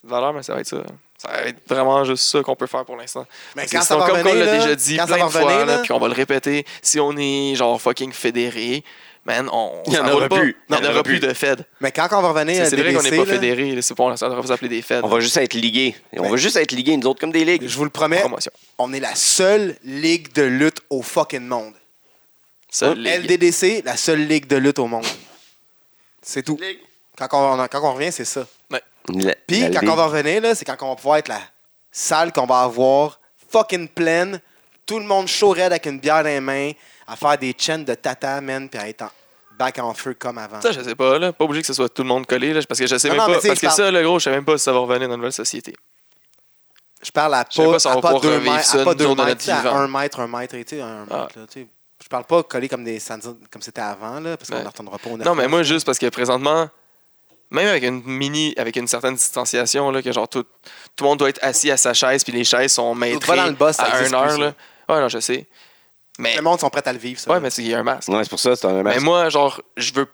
C'est de valeur, mais ça va être ça. Ça va être vraiment juste ça qu'on peut faire pour l'instant. Mais Parce que sinon, comme on revenir, l'a là, déjà dit quand ça plein va de revenir, fois, là, là, puis on va le répéter, si on est genre fucking fédéré, man, on Il y en s'envole aura pas. plus. Il n'y en aura plus de Fed. Mais quand on va revenir, C'est à c'est vrai qu'on n'est pas DDC, là, fédéré. là, C'est bon, ça devrait vous appeler des Fed. On va juste être ligués. Et On Ben- va juste être ligués, nous autres, comme des ligues. je vous le promets, Promotion. on est la seule ligue de lutte au fucking monde. Oh, Ça, les- LDDC, la seule ligue de lutte au monde. C'est tout. Quand on, quand on revient, c'est ça. La- Puis la quand ligue. on va revenir, là, c'est quand on va pouvoir être la salle qu'on va avoir fucking pleine, tout le monde chaud raide avec une bière dans les mains, à faire des chants de tata, man, puis à être en- back en feu comme avant. Ça, je sais pas, là. Pas obligé que ce soit tout le monde collé, là, parce que je sais Non, même non, mais pas. tu sais, Parce je que parle- ça, le gros, je sais même pas si ça va revenir dans la nouvelle société. Je parle à pas, Je sais pas si on à va pas pouvoir deux revivre mètres, ça, à nous pas deux autres, dans mètres, notre tu sais, à vivant. un mètre, un mètre, tu sais, un Ah. mètre, là, tu sais. Je parle pas collé comme des sandines, comme c'était avant, là, parce qu'on Ouais. ne retournera pas au Non, mais moi, juste parce que présentement, même avec une mini, avec une certaine distanciation, là, que genre tout, tout le monde doit être assis à sa chaise, puis les chaises sont maîtrisées dans le bas, ça à existe 1 heure. plus, Là. Ouais, non, je sais. Mais, Le monde sont prêts à le vivre, ça. ouais, mais c'est qu'il y a un masque. Non, c'est pour ça, c'est un Mais masque. moi, genre, je veux.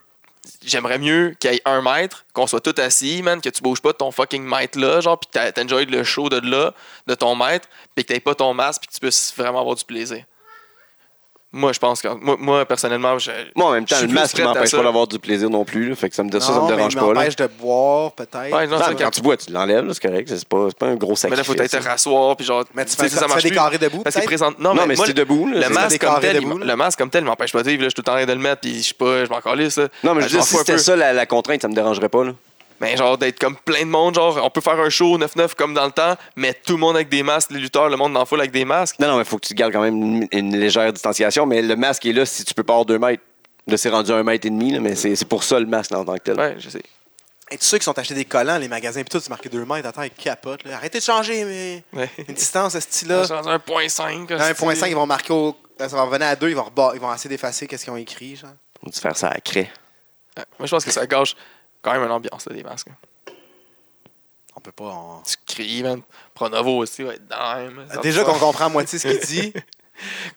J'aimerais mieux qu'il y ait un mètre, qu'on soit tous assis, man, que tu bouges pas de ton fucking mètre là, genre, puis que t'enjoy le show de là, de ton mètre, puis que t'aies pas ton masque, puis que tu puisses vraiment avoir du plaisir. Moi, je pense que. Moi, moi, personnellement, je. Moi, en même je temps, suis le plus masque prêt à m'empêche ça. pas d'avoir du plaisir non plus. là. Fait que ça me, ça, ça me Non, mais dérange il pas. Là. m'empêche de boire, peut-être. Ouais, non, Non, ça, mais quand- quand tu bois, tu l'enlèves, là, c'est correct. C'est pas, c'est pas un gros Mais sacrifice. là, faut être là. rasseoir, puis genre. mais tu sais, fais, ça, tu fais des plus. carrés debout, Parce que peut-être? présent... non, Non, mais mais moi, si t'es debout, là, le c'est- masque des comme carrés tel, il m- debout, là. le masque comme tel m'empêche pas de vivre. là, Je suis tout le temps en train de le mettre, puis je sais pas, je m'en calisse. là. Non, mais je veux m'en dire, si fous un peu. c'était ça la, la contrainte, ça me dérangerait pas. Là. Mais genre, d'être comme plein de monde, genre, on peut faire un show 9-9 comme dans le temps, mais tout le monde avec des masques, les lutteurs, le monde dans la foule avec des masques. Non, non, mais faut que tu gardes quand même une, une légère distanciation. Mais le masque est là si tu peux pas avoir deux mètres. Là, c'est rendu un mètre et demi, là, mais c'est c'est pour ça le masque là, en tant que tel. Ouais, je sais. Et tous ceux qui sont achetés des collants, les magasins, puis tout, c'est marqué 2 mètres, attends, ils capotent. Là. Arrêtez de changer, mais Ouais. [laughs] une distance, ce style-là. Genre 1.5. Dans 1.5, ils vont marquer au. là, Ça va revenir à 2, ils vont, reba- ils vont essayer d'effacer qu'est-ce qu'ils ont écrit, genre. Faut tu faire ça à craie. Ouais, Moi, je pense que ça gâche quand même une ambiance, là, des masques. On peut pas. on- Tu cries, man. Pronovo aussi va être dime. Déjà qu'on comprend à moitié ce [laughs] qu'il dit.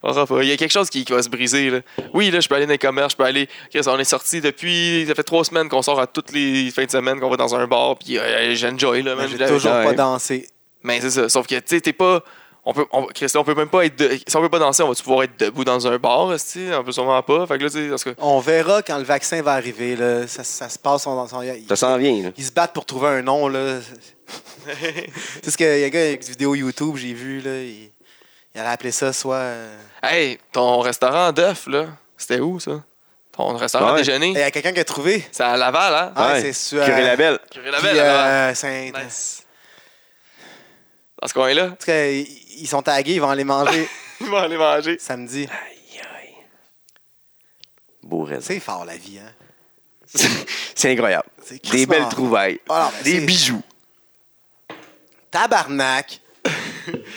On saura pas. Il y a quelque chose qui, qui va se briser. Là. Oui, là, je peux aller dans les commerces, je peux aller. Chris, on est sorti depuis. Ça fait trois semaines qu'on sort à toutes les fins de semaine, qu'on va dans un bar, puis euh, j'enjoy. Là, mais même J'ai la- toujours ouais. pas dansé. Mais c'est ça. Sauf que, tu sais, t'es pas. On peut, on, Chris, on peut même pas être. de- Si on peut pas danser, on va-tu pouvoir être debout dans un bar, tu On peut sûrement pas. Fait que là, tu sais, parce que. On verra quand le vaccin va arriver, là. Ça, ça se passe. on- on- ils, Ça s'en vient. Là. ils se battent pour trouver un [laughs] nom, là. C'est ce qu'il y a un gars avec une vidéo YouTube, j'ai vu, là. Il, il allait appeler ça soit. euh, Hey, ton restaurant d'œufs, là, c'était où, ça? Ton restaurant Ouais. déjeuner? Il y a quelqu'un qui a trouvé. C'est à Laval, hein? Ah, Ouais. c'est sûr. Curé Labelle. Curé Puis, Laval, à Laval. euh, Saint- En Nice. Dans ce coin-là, [laughs] tout cas, ils ils sont tagués, ils vont aller manger [laughs] ils vont aller manger. samedi. Aïe, aïe. Beau raisin. C'est fort la vie, hein? [laughs] C'est incroyable. C'est Des crissement- belles trouvailles. Ah, non, mais des c'est- bijoux. [laughs] Tabarnak!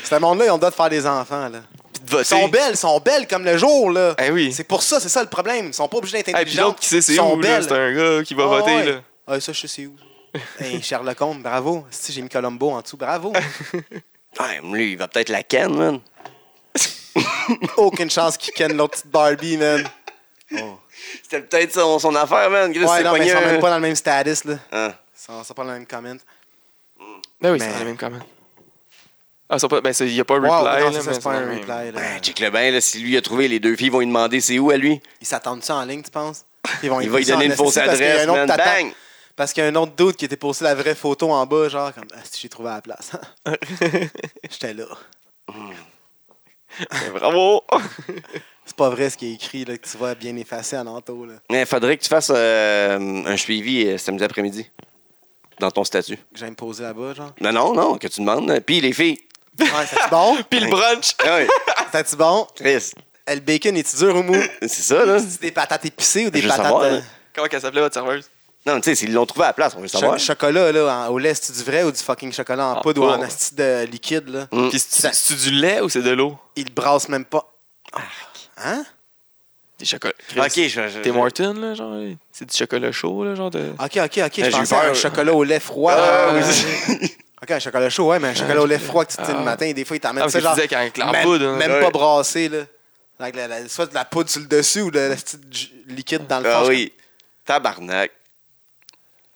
Ce monde-là, ils ont le droit de faire des enfants, là. Puis de Ils sont voter. belles, ils sont belles comme le jour, là. Eh oui. C'est pour ça, c'est ça le problème. Ils sont pas obligés d'être Ah, Et puis intelligents. l'autre qui sait Ils c'est sont où, là, belles. c'est un gars qui va Ah, voter. ouais. Là. Ah, ça, je sais c'est où. hey, Sherlock Holmes, bravo. Si j'ai mis Colombo en dessous, bravo. Ouais, mais lui, il va peut-être la canne, man. Aucune chance qu'il ken l'autre petite Barbie, [laughs] man. Oh. C'était peut-être son, son affaire, man. Chris, Ouais, c'est non, mais ils pogné sont un- même pas dans le même status, là. Hein. Ils sont, ils sont pas dans le même comment. Ben oui, Mais- c'est la même comment. Ah, ils sont pas... ben, il n'y a pas un Ouais, reply. non, là, c'est ça, mais c'est pas dans un le même. reply, là. Ben, check le bain, là, si lui a trouvé, les deux filles vont lui demander c'est où à lui. Ils s'attendent ça en ligne, tu penses? Ils vont Il va lui pousser en donner une esti fausse parce qu'il y a adresse, un autre man. t'attend. Bang! Parce qu'il y a un autre doute qui était posté la vraie photo en bas, genre comme Ah, si j'ai trouvé à la place. [laughs] [laughs] J'étais là. [laughs] Ben, Bravo! C'est pas vrai ce qui est écrit là, que tu vas bien effacer à l'entour. là. Mais faudrait que Eh, tu fasses euh, un suivi euh, samedi après-midi. Dans ton statut. Que j'aille me poser là-bas, genre. Non, non, non, que tu demandes. Puis les filles. Ouais, c'est bon? Puis le brunch! Ah oui, C'est-tu bon? [laughs] Chris. Eh, Le bacon est-tu dur ou mou? [coughs] C'est ça, là. C'est des patates épicées ou des Je veux patates savoir, hein. euh, là. Comment qu'elle s'appelait votre serveuse? Non, mais tu sais, s'ils l'ont trouvé à la place, on veut cho- savoir. chocolat là, en- au lait, c'est du vrai ou du fucking chocolat en En poudre ou en poudre. asti de liquide là? Mm. Puis c'est Ça- c'est-tu du lait ou c'est de l'eau? Ils brassent même pas. Hein? Des chocolats. Ok, je. je- T'es Martin, euh, là, genre, c'est du chocolat chaud, là, genre de. Ok, ok, ok. Eh, j'ai Je eu pensais à peur, un là. chocolat au lait froid. Ah, là. oui, Ah, Ok, un chocolat chaud, ouais, mais un chocolat au lait froid que tu te dis Ah. le matin, des fois, ils Ah, t'amènent parce ça que tu genre. disais qu'avec même, l'embout, là. même hein. Ouais. pas brassé, là. Avec la- la- soit de la poudre sur le dessus ou de la petite ju- liquide dans le fond. Ah Je- oui. Tabarnak.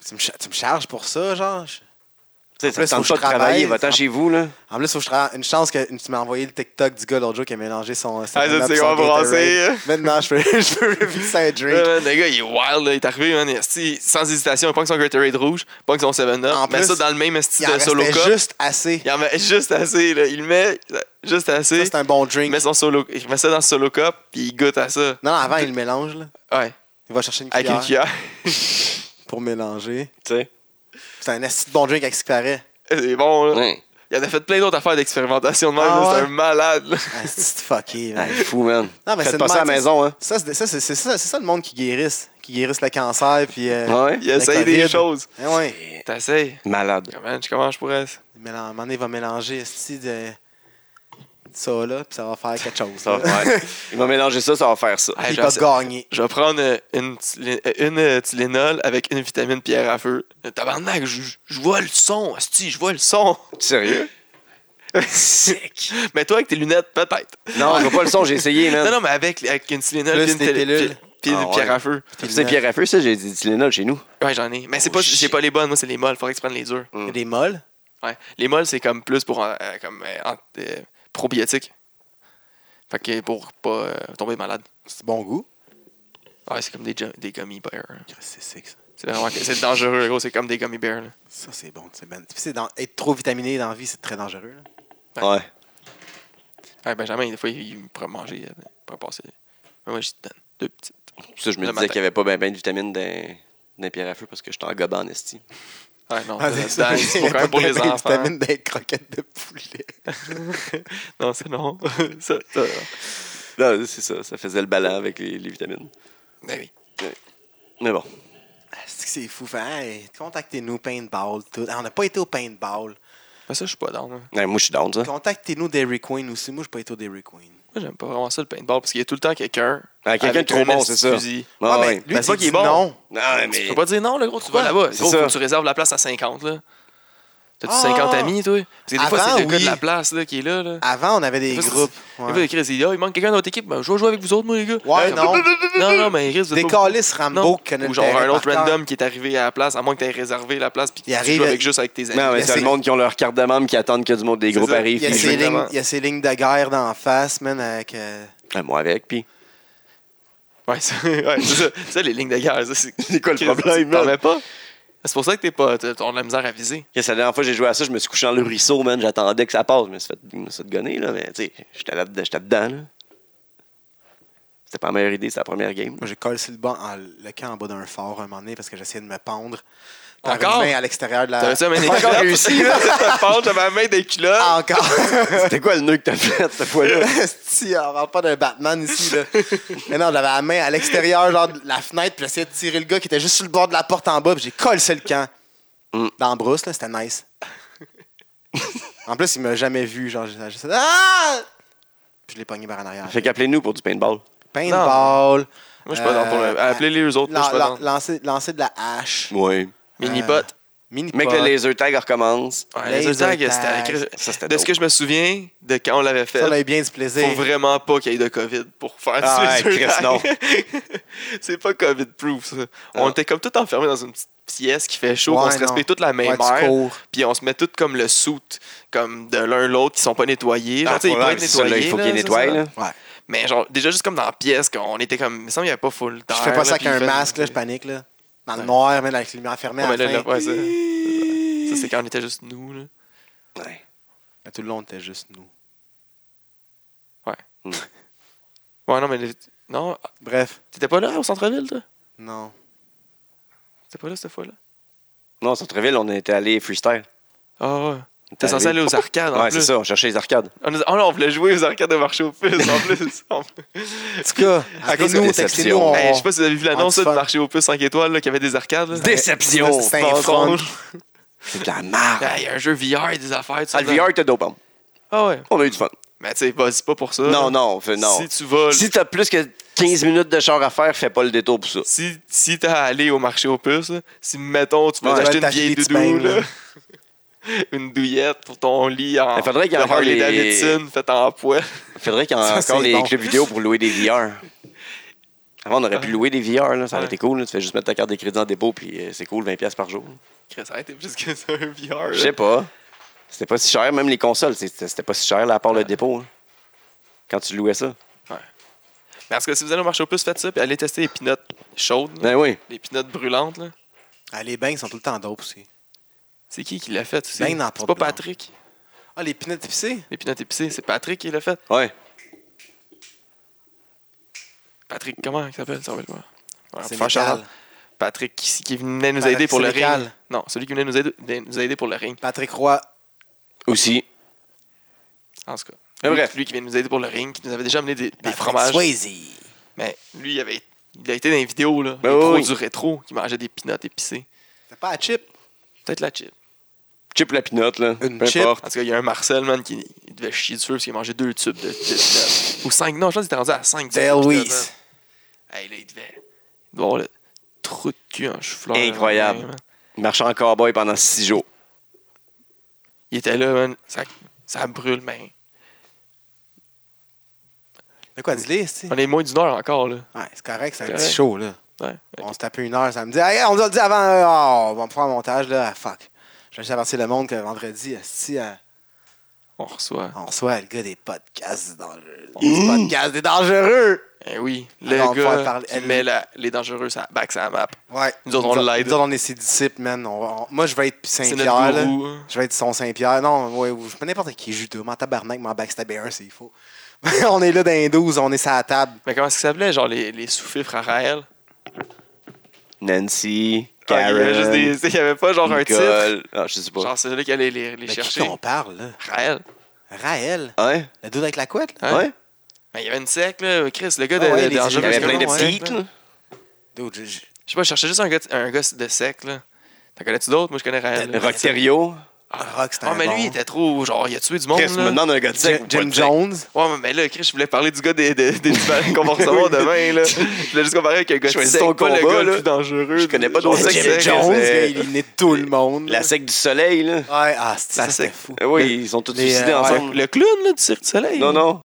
Tu me, cha- tu me charges pour ça, genre. Je- Tu sais, En ça plus, te tente faut pas de que je travaille, travailler, va-t'en ça- chez vous, là. En plus, faut que je travaille. Une chance que tu m'as envoyé le TikTok du gars l'autre jour qui a mélangé son. son Ah, ça, Up, c'est son qu'on va Gatorade. brasser, hein. Maintenant, je peux, [laughs] je peux revisser un Ouais, Euh, drink. man, le gars, il est wild, là. Il est arrivé, man. il- si, sans hésitation, il pogne son Gatorade rouge, il pogne son 7-Up, En met plus, ça dans le même style Il en de solo restait cup. juste assez. Il en met juste assez, là. Il le met juste Ça, assez. c'est un bon il, drink. met son solo, il met ça dans le solo cup, puis il goûte à ça. Non, non, avant, il le mélange, là. Ouais, Il va chercher une avec cuillère, une cuillère. pour mélanger. Tu sais. C'est un esti de bon drink avec ce qui paraît. [laughs] c'est bon, là. Ouais. Il en a fait plein d'autres affaires d'expérimentation de même, Ah là. C'est ouais? un malade, là. Asti de fucké, Ah, man. il est fou, man. Non, mais Faites c'est pas une ça à la merde, maison, hein. Ça, c'est ça, c'est- c'est ça, c'est ça le monde qui guérisse. Qui guérisse le cancer, puis. euh, Ouais. Il essaye des COVID. choses. eh ouais. T'essayes. Malade. Comment, comment je pourrais. Il mélange- à un moment donné, il va mélanger esti de. Ça, là, puis ça va faire quelque chose. Ça là. va faire- Il va mélanger ça, ça va faire ça. Ah, [laughs] il genre, va c'est- gagner. Je vais prendre euh, une, Tylen- euh, une euh, Tylenol avec une vitamine pierre à feu. Euh, Tabarnak, je, je vois le son, asti, je vois le son. Sérieux? Sick. [laughs] Mais toi avec tes lunettes, peut-être. Non, je vois pas le son, j'ai essayé, man. Non, non, mais avec, avec une Tylenol Plus puis une des télé- pilules. pi- puis une Ah ouais. pierre à feu. Tu sais, Pierre à feu, ça, j'ai dit Tylenol chez nous. Ouais, j'en ai. Mais c'est Oh, pas, j'ai shit. pas les bonnes, moi c'est les molles, faudrait que tu prennes les dures. Il y a des molles. Ouais. Les molles, c'est comme plus pour euh, euh, comme euh, ant- euh, probiotique. Fait que pour pas euh, tomber malade. C'est bon goût. Ouais, c'est comme des, ju- des gummy bears. là. C'est sick, ça. C'est vraiment c'est dangereux, gros, c'est comme des gummy bears. là. Ça, c'est bon. C'est ben- c'est dans- Être trop vitaminé dans la vie, c'est très dangereux. là. Ouais. Ouais, Benjamin, des fois, il il pourrait manger, euh, il pourrait passer. Mais moi, j'y donne deux petites. Ça, je me Le disais matin. qu'il n'y avait pas bien ben de vitamines dans, dans Pierre à feu parce que j'étais en gobe en esti. Ouais, non, Ah, c'est c'est ça. c'est pour quand même pour [laughs] les Des enfants. vitamines d'être croquettes de poulet. [laughs] Non, c'est non. ça, ça, non. Non, c'est ça. Ça faisait le ballon avec les, les vitamines. Ben oui. Mais bon. Ah, c'est que c'est fou. Fait, hey, contactez-nous, paintball. Tout. Ah, on n'a pas été au paintball. Ben ça, je suis pas down. hein. Moi, Ouais, moi, je suis down, ça. Contactez-nous Dairy Queen aussi. Moi, je n'ai pas été au Dairy Queen. j'aime pas vraiment ça, le paintball, parce qu'il y a tout le temps quelqu'un. Ah, quelqu'un de avec trop un bon, esti c'est ça. fusil. Ouais, Ah, mais ouais. lui, Ben, il c'est dit qu'il est bon. Non. Non, Tu mais. peux pas dire non, le gros, tu vas là-bas. C'est Gros, ça. faut que tu réserves la place à 50, là. T'as-tu Ah! 50 amis, toi? Parce que des fois, Avant, c'est le gars oui. de la place là, qui est là. là. Avant, on avait des Des fois, groupes. Des Ouais, fois, Chris, il dit, Ah, il manque quelqu'un de notre équipe. Ben, je vais jouer avec vous autres, moi, les gars. Ouais, Comme- non. Non, non, mais Chris, vous êtes Des pas- calices Rambo Non. qui Ou connaissent le genre terrain un autre par cœur. random qui est arrivé à la place, à moins que tu aies réservé la place puis que Il tu arrive, joues avec il- juste avec tes amis. Non, mais c'est- c'est le monde qui ont leur carte de membre qui attendent que du monde des C'est groupes ça. arrive. Il y, a puis ces ils jouent. lignes, Exactement. il y a ces lignes de guerre d'en face, man, avec... euh, Ah, Moi avec, puis. Ouais, ça- ouais, c'est [laughs] ça. C'est ça, les lignes de guerre. ça, C'est C'est quoi le Chris, problème, tu man? t'en mets pas. C'est pour ça que t'es pas. t'as- On a de la misère à viser. Chris, la dernière fois que j'ai joué à ça, je me suis couché dans le ruisseau, man. J'attendais que ça passe. Je me suis fait, je me suis fait gonner, là. Mais, tu sais, j'étais là- j'étais dedans, là. C'était pas la [laughs] meilleure idée, c'était la première game. Moi, j'ai collé sur le, banc en- le camp en bas d'un fort un moment donné parce que j'essayais de me pendre. par Encore? une main à l'extérieur de la. T'avais ça, mais des Ah. Pas encore culottes? [laughs] réussi, là. Ah. Ça part, j'avais la main des culottes. Encore. [laughs] C'était quoi le nœud que t'as fait cette fois-là? si, on parle pas d'un Batman ici, là. Mais non, j'avais la main à l'extérieur, genre, de la fenêtre, puis j'essayais de tirer le gars qui était juste sur le bord de la porte en bas, puis j'ai collé le camp. Mm. Dans la brousse, là, c'était nice. en plus, il m'a jamais vu, genre, j'ai j'ai- Ah! Puis je l'ai pogné par en arrière. Fait qu'appelez-nous pour du paintball. Paintball. Moi, je suis pas dans Euh, pour le- Appelez-les eux autres, moi, je lan- suis pas lan- dans. Lancer lancer de la hache. Oui. Minibot. Mini Mec, le laser tag recommence. Ouais, laser laser tag, tag. c'était- Ça, c'était De ce dope. que je me souviens, de quand on l'avait fait, Ça, on a eu bien du plaisir. faut vraiment pas qu'il y ait de COVID pour faire Ah, du ouais, laser Chris, tag. non. [laughs] C'est pas COVID-proof, ça. On Non. était comme tout enfermés dans une petite pièce qui fait chaud, Ouais, on se non. respecte toute la Ouais, même tu heure. cours. Puis on se met toutes comme le soute, comme de l'un l'autre, qui sont pas nettoyés. Genre, Ah, tu sais, ils ouais, peuvent être c'est ça, là, nettoyés, il faut qu'ils là, nettoient. c'est ça. Là. Ouais. Mais genre, déjà juste comme dans la pièce, on était comme. Il me semble qu'il n'y avait pas full Je d'air. fais pas là, ça avec puis un il fait- masque, là, je panique, là. Dans le noir, même avec les lumières fermées. Ouais, à mais la là, là, fin. ouais, ça. Ça, c'est quand on était juste nous, là. Ouais. Mais Tout le long, on était juste nous. Ouais, non, mais. le- Non, Bref, t'étais pas là au centre-ville, toi? [laughs] non. T'étais pas là cette fois-là? Non, Centreville, on était allé freestyle. Ah, ouais. On était T'es censé allé- aller aux arcades, en Ouais, c'est plus. ça, on cherchait les arcades. On, nous- oh non, on voulait jouer aux arcades de marché aux puces, en plus. [laughs] En plus. En tout cas, À cause de appelez-nous, la textez-nous. déception. on- Hey, je sais pas si vous avez vu l'annonce On là, de dit fuck. marché aux puces 5 étoiles, là, qui avait des arcades. là. Déception! C'est un Pas front. drôle. C'est de la merde. Ah, Il y a un jeu VR et des affaires, tout ça. Ah, le VR était dope. hein. Ah ouais. On a eu du fun. Mais tu sais, vas-y pas pour ça. Non, là. non, fais- non. Euh, Si tu vas. Si t'as plus que 15 minutes de char à faire, fais pas le détour pour ça. Si, si t'as à aller au marché aux puces, là, si, mettons, tu veux Ouais, acheter t'as une acheté vieille des petits doudou, bains, là, [laughs] une douillette pour ton lit en. Il faudrait qu'il y ait de encore Harley les- Davidson faite en poêle. [laughs] Faudrait qu'il y ait Ça, encore c'est les bon. clubs vidéo pour louer des VR. Avant, on aurait pu louer des VR, là. ça aurait Ouais. été cool. là. Tu fais juste mettre ta carte de crédit en dépôt, puis euh, c'est cool, 20$ piastres par jour. Chris, ça a été plus que ça, un VR. Je sais pas. C'était pas si cher, même les consoles, c'était c'était pas si cher, là, à part le dépôt. hein. Quand tu louais ça. Parce que si vous allez au marché aux puces, faites ça, puis allez tester les pinottes chaudes, là, Ben oui. les pinottes brûlantes. là. Ah, les bangs sont tout le temps d'autres aussi. C'est qui qui l'a fait? aussi? Ben, C'est n'importe pas quoi. Patrick. Ah, les peanuts épicés? Les pinottes épicées, c'est Patrick qui l'a fait. Ouais. Patrick, comment il s'appelle? Ça, on va le voir. Ouais, on C'est peut faire métal. shout-out. Patrick qui, qui venait nous Patrick aider pour le Sénécal. ring. Non, celui qui venait nous aider, venait nous aider pour le ring. Patrick Roy. Aussi. En tout cas. Mais Lui- bref. Lui qui vient nous aider pour le ring, qui nous avait déjà amené des, des Patrick fromages. Swayze. Mais lui, il, avait, il a été dans les vidéos, là. Ben les oui, pros oui. du rétro qui mangeaient des pinottes épicées. C'est pas à chip. Peut-être la chip. Chip la pinotte, là. Une Peu chip. importe. En tout cas, il y a un Marcel, man, qui il devait chier du feu parce qu'il mangeait deux tubes de, de pinottes. Ou cinq. Non, je pense qu'il était rendu à cinq. Dale tubes de Weiss. pinottes, man. Hey, là, il devait. Il doit avoir le trou de cul en chou Incroyable. Marchant en cowboy pendant six jours. Il était là, man. Ça, ça brûle, man. De quoi, dis-les, c'est? On est moins d'une heure encore, là. Ouais, c'est correct, c'est un C'est petit correct. show, là. Ouais. On se tapait une heure, ça me dit, hey, on nous a dit avant, euh, oh, on va me faire un montage, là, Ah, fuck. J'ai juste averti le monde que vendredi, si On reçoit. on reçoit le gars des podcasts dangereux. Des podcasts des dangereux! Eh oui, le Alors, on va gars faire parler- qui met la- les dangereux sa, back sa map. Ouais. Nous autres, on l'aide. Nous autres, on est ses disciples, man. On va- on- moi, je vais être C'est notre Saint-Pierre, là. gourou. hein. Je vais être son Saint-Pierre. Non, ouais, ou- je peux n'importe qui, Judas. M'en tabarnak, m'en backstabber un, s'il faut. [laughs] on est là dans les 12, on est sur la table. Mais comment est-ce que ça s'appelait? Genre les, les sous-fifres à Raël? Nancy, Genre, Il y avait juste Karen, des. [laughs] tu sais, Il y avait pas genre un titre. Nicole. Ah, je sais pas. Genre c'est là qu'il allait les, les Mais qui chercher. qu'on parle, là? Raël. Raël? Hein? Le dude avec la couette, là? Hein? Ouais? Mais il y avait une sec, là. Chris, le gars de, Ah ouais, de- les- dangereux. Il y avait plein c'est de bon, Euh, Ouais. petits, là. Dude, je- je- Je sais pas, je cherchais juste un gars, un gars de sec, là. T'en connais-tu d'autres? Moi, je connais Raël. là. Rocterio. Rock, c'était Ah, un mais lui, bon. il était trop. Genre, il a tué du monde. Chris, me là. demande un gars de sec. Jim, Jim Jones. Ouais, mais- mais là, Chris, je voulais parler du gars des, des, des petits qu'on [laughs] va recevoir demain, là. Je voulais juste comparer avec un gars Je de choisis sec, ton pas le combat, gars le là. plus dangereux. Je connais pas ton Genre, sec, sec, Jim c'est- sec, Jones, c'est- gars, il est né de tout le monde. La là. sec du soleil, là. Ouais, ah, c'est La ça, c'était sec. fou. Eh Oui, ils sont tous Les, suicidés euh, Ah, ensemble. le, le clown là, du Cirque du Soleil. Non, non.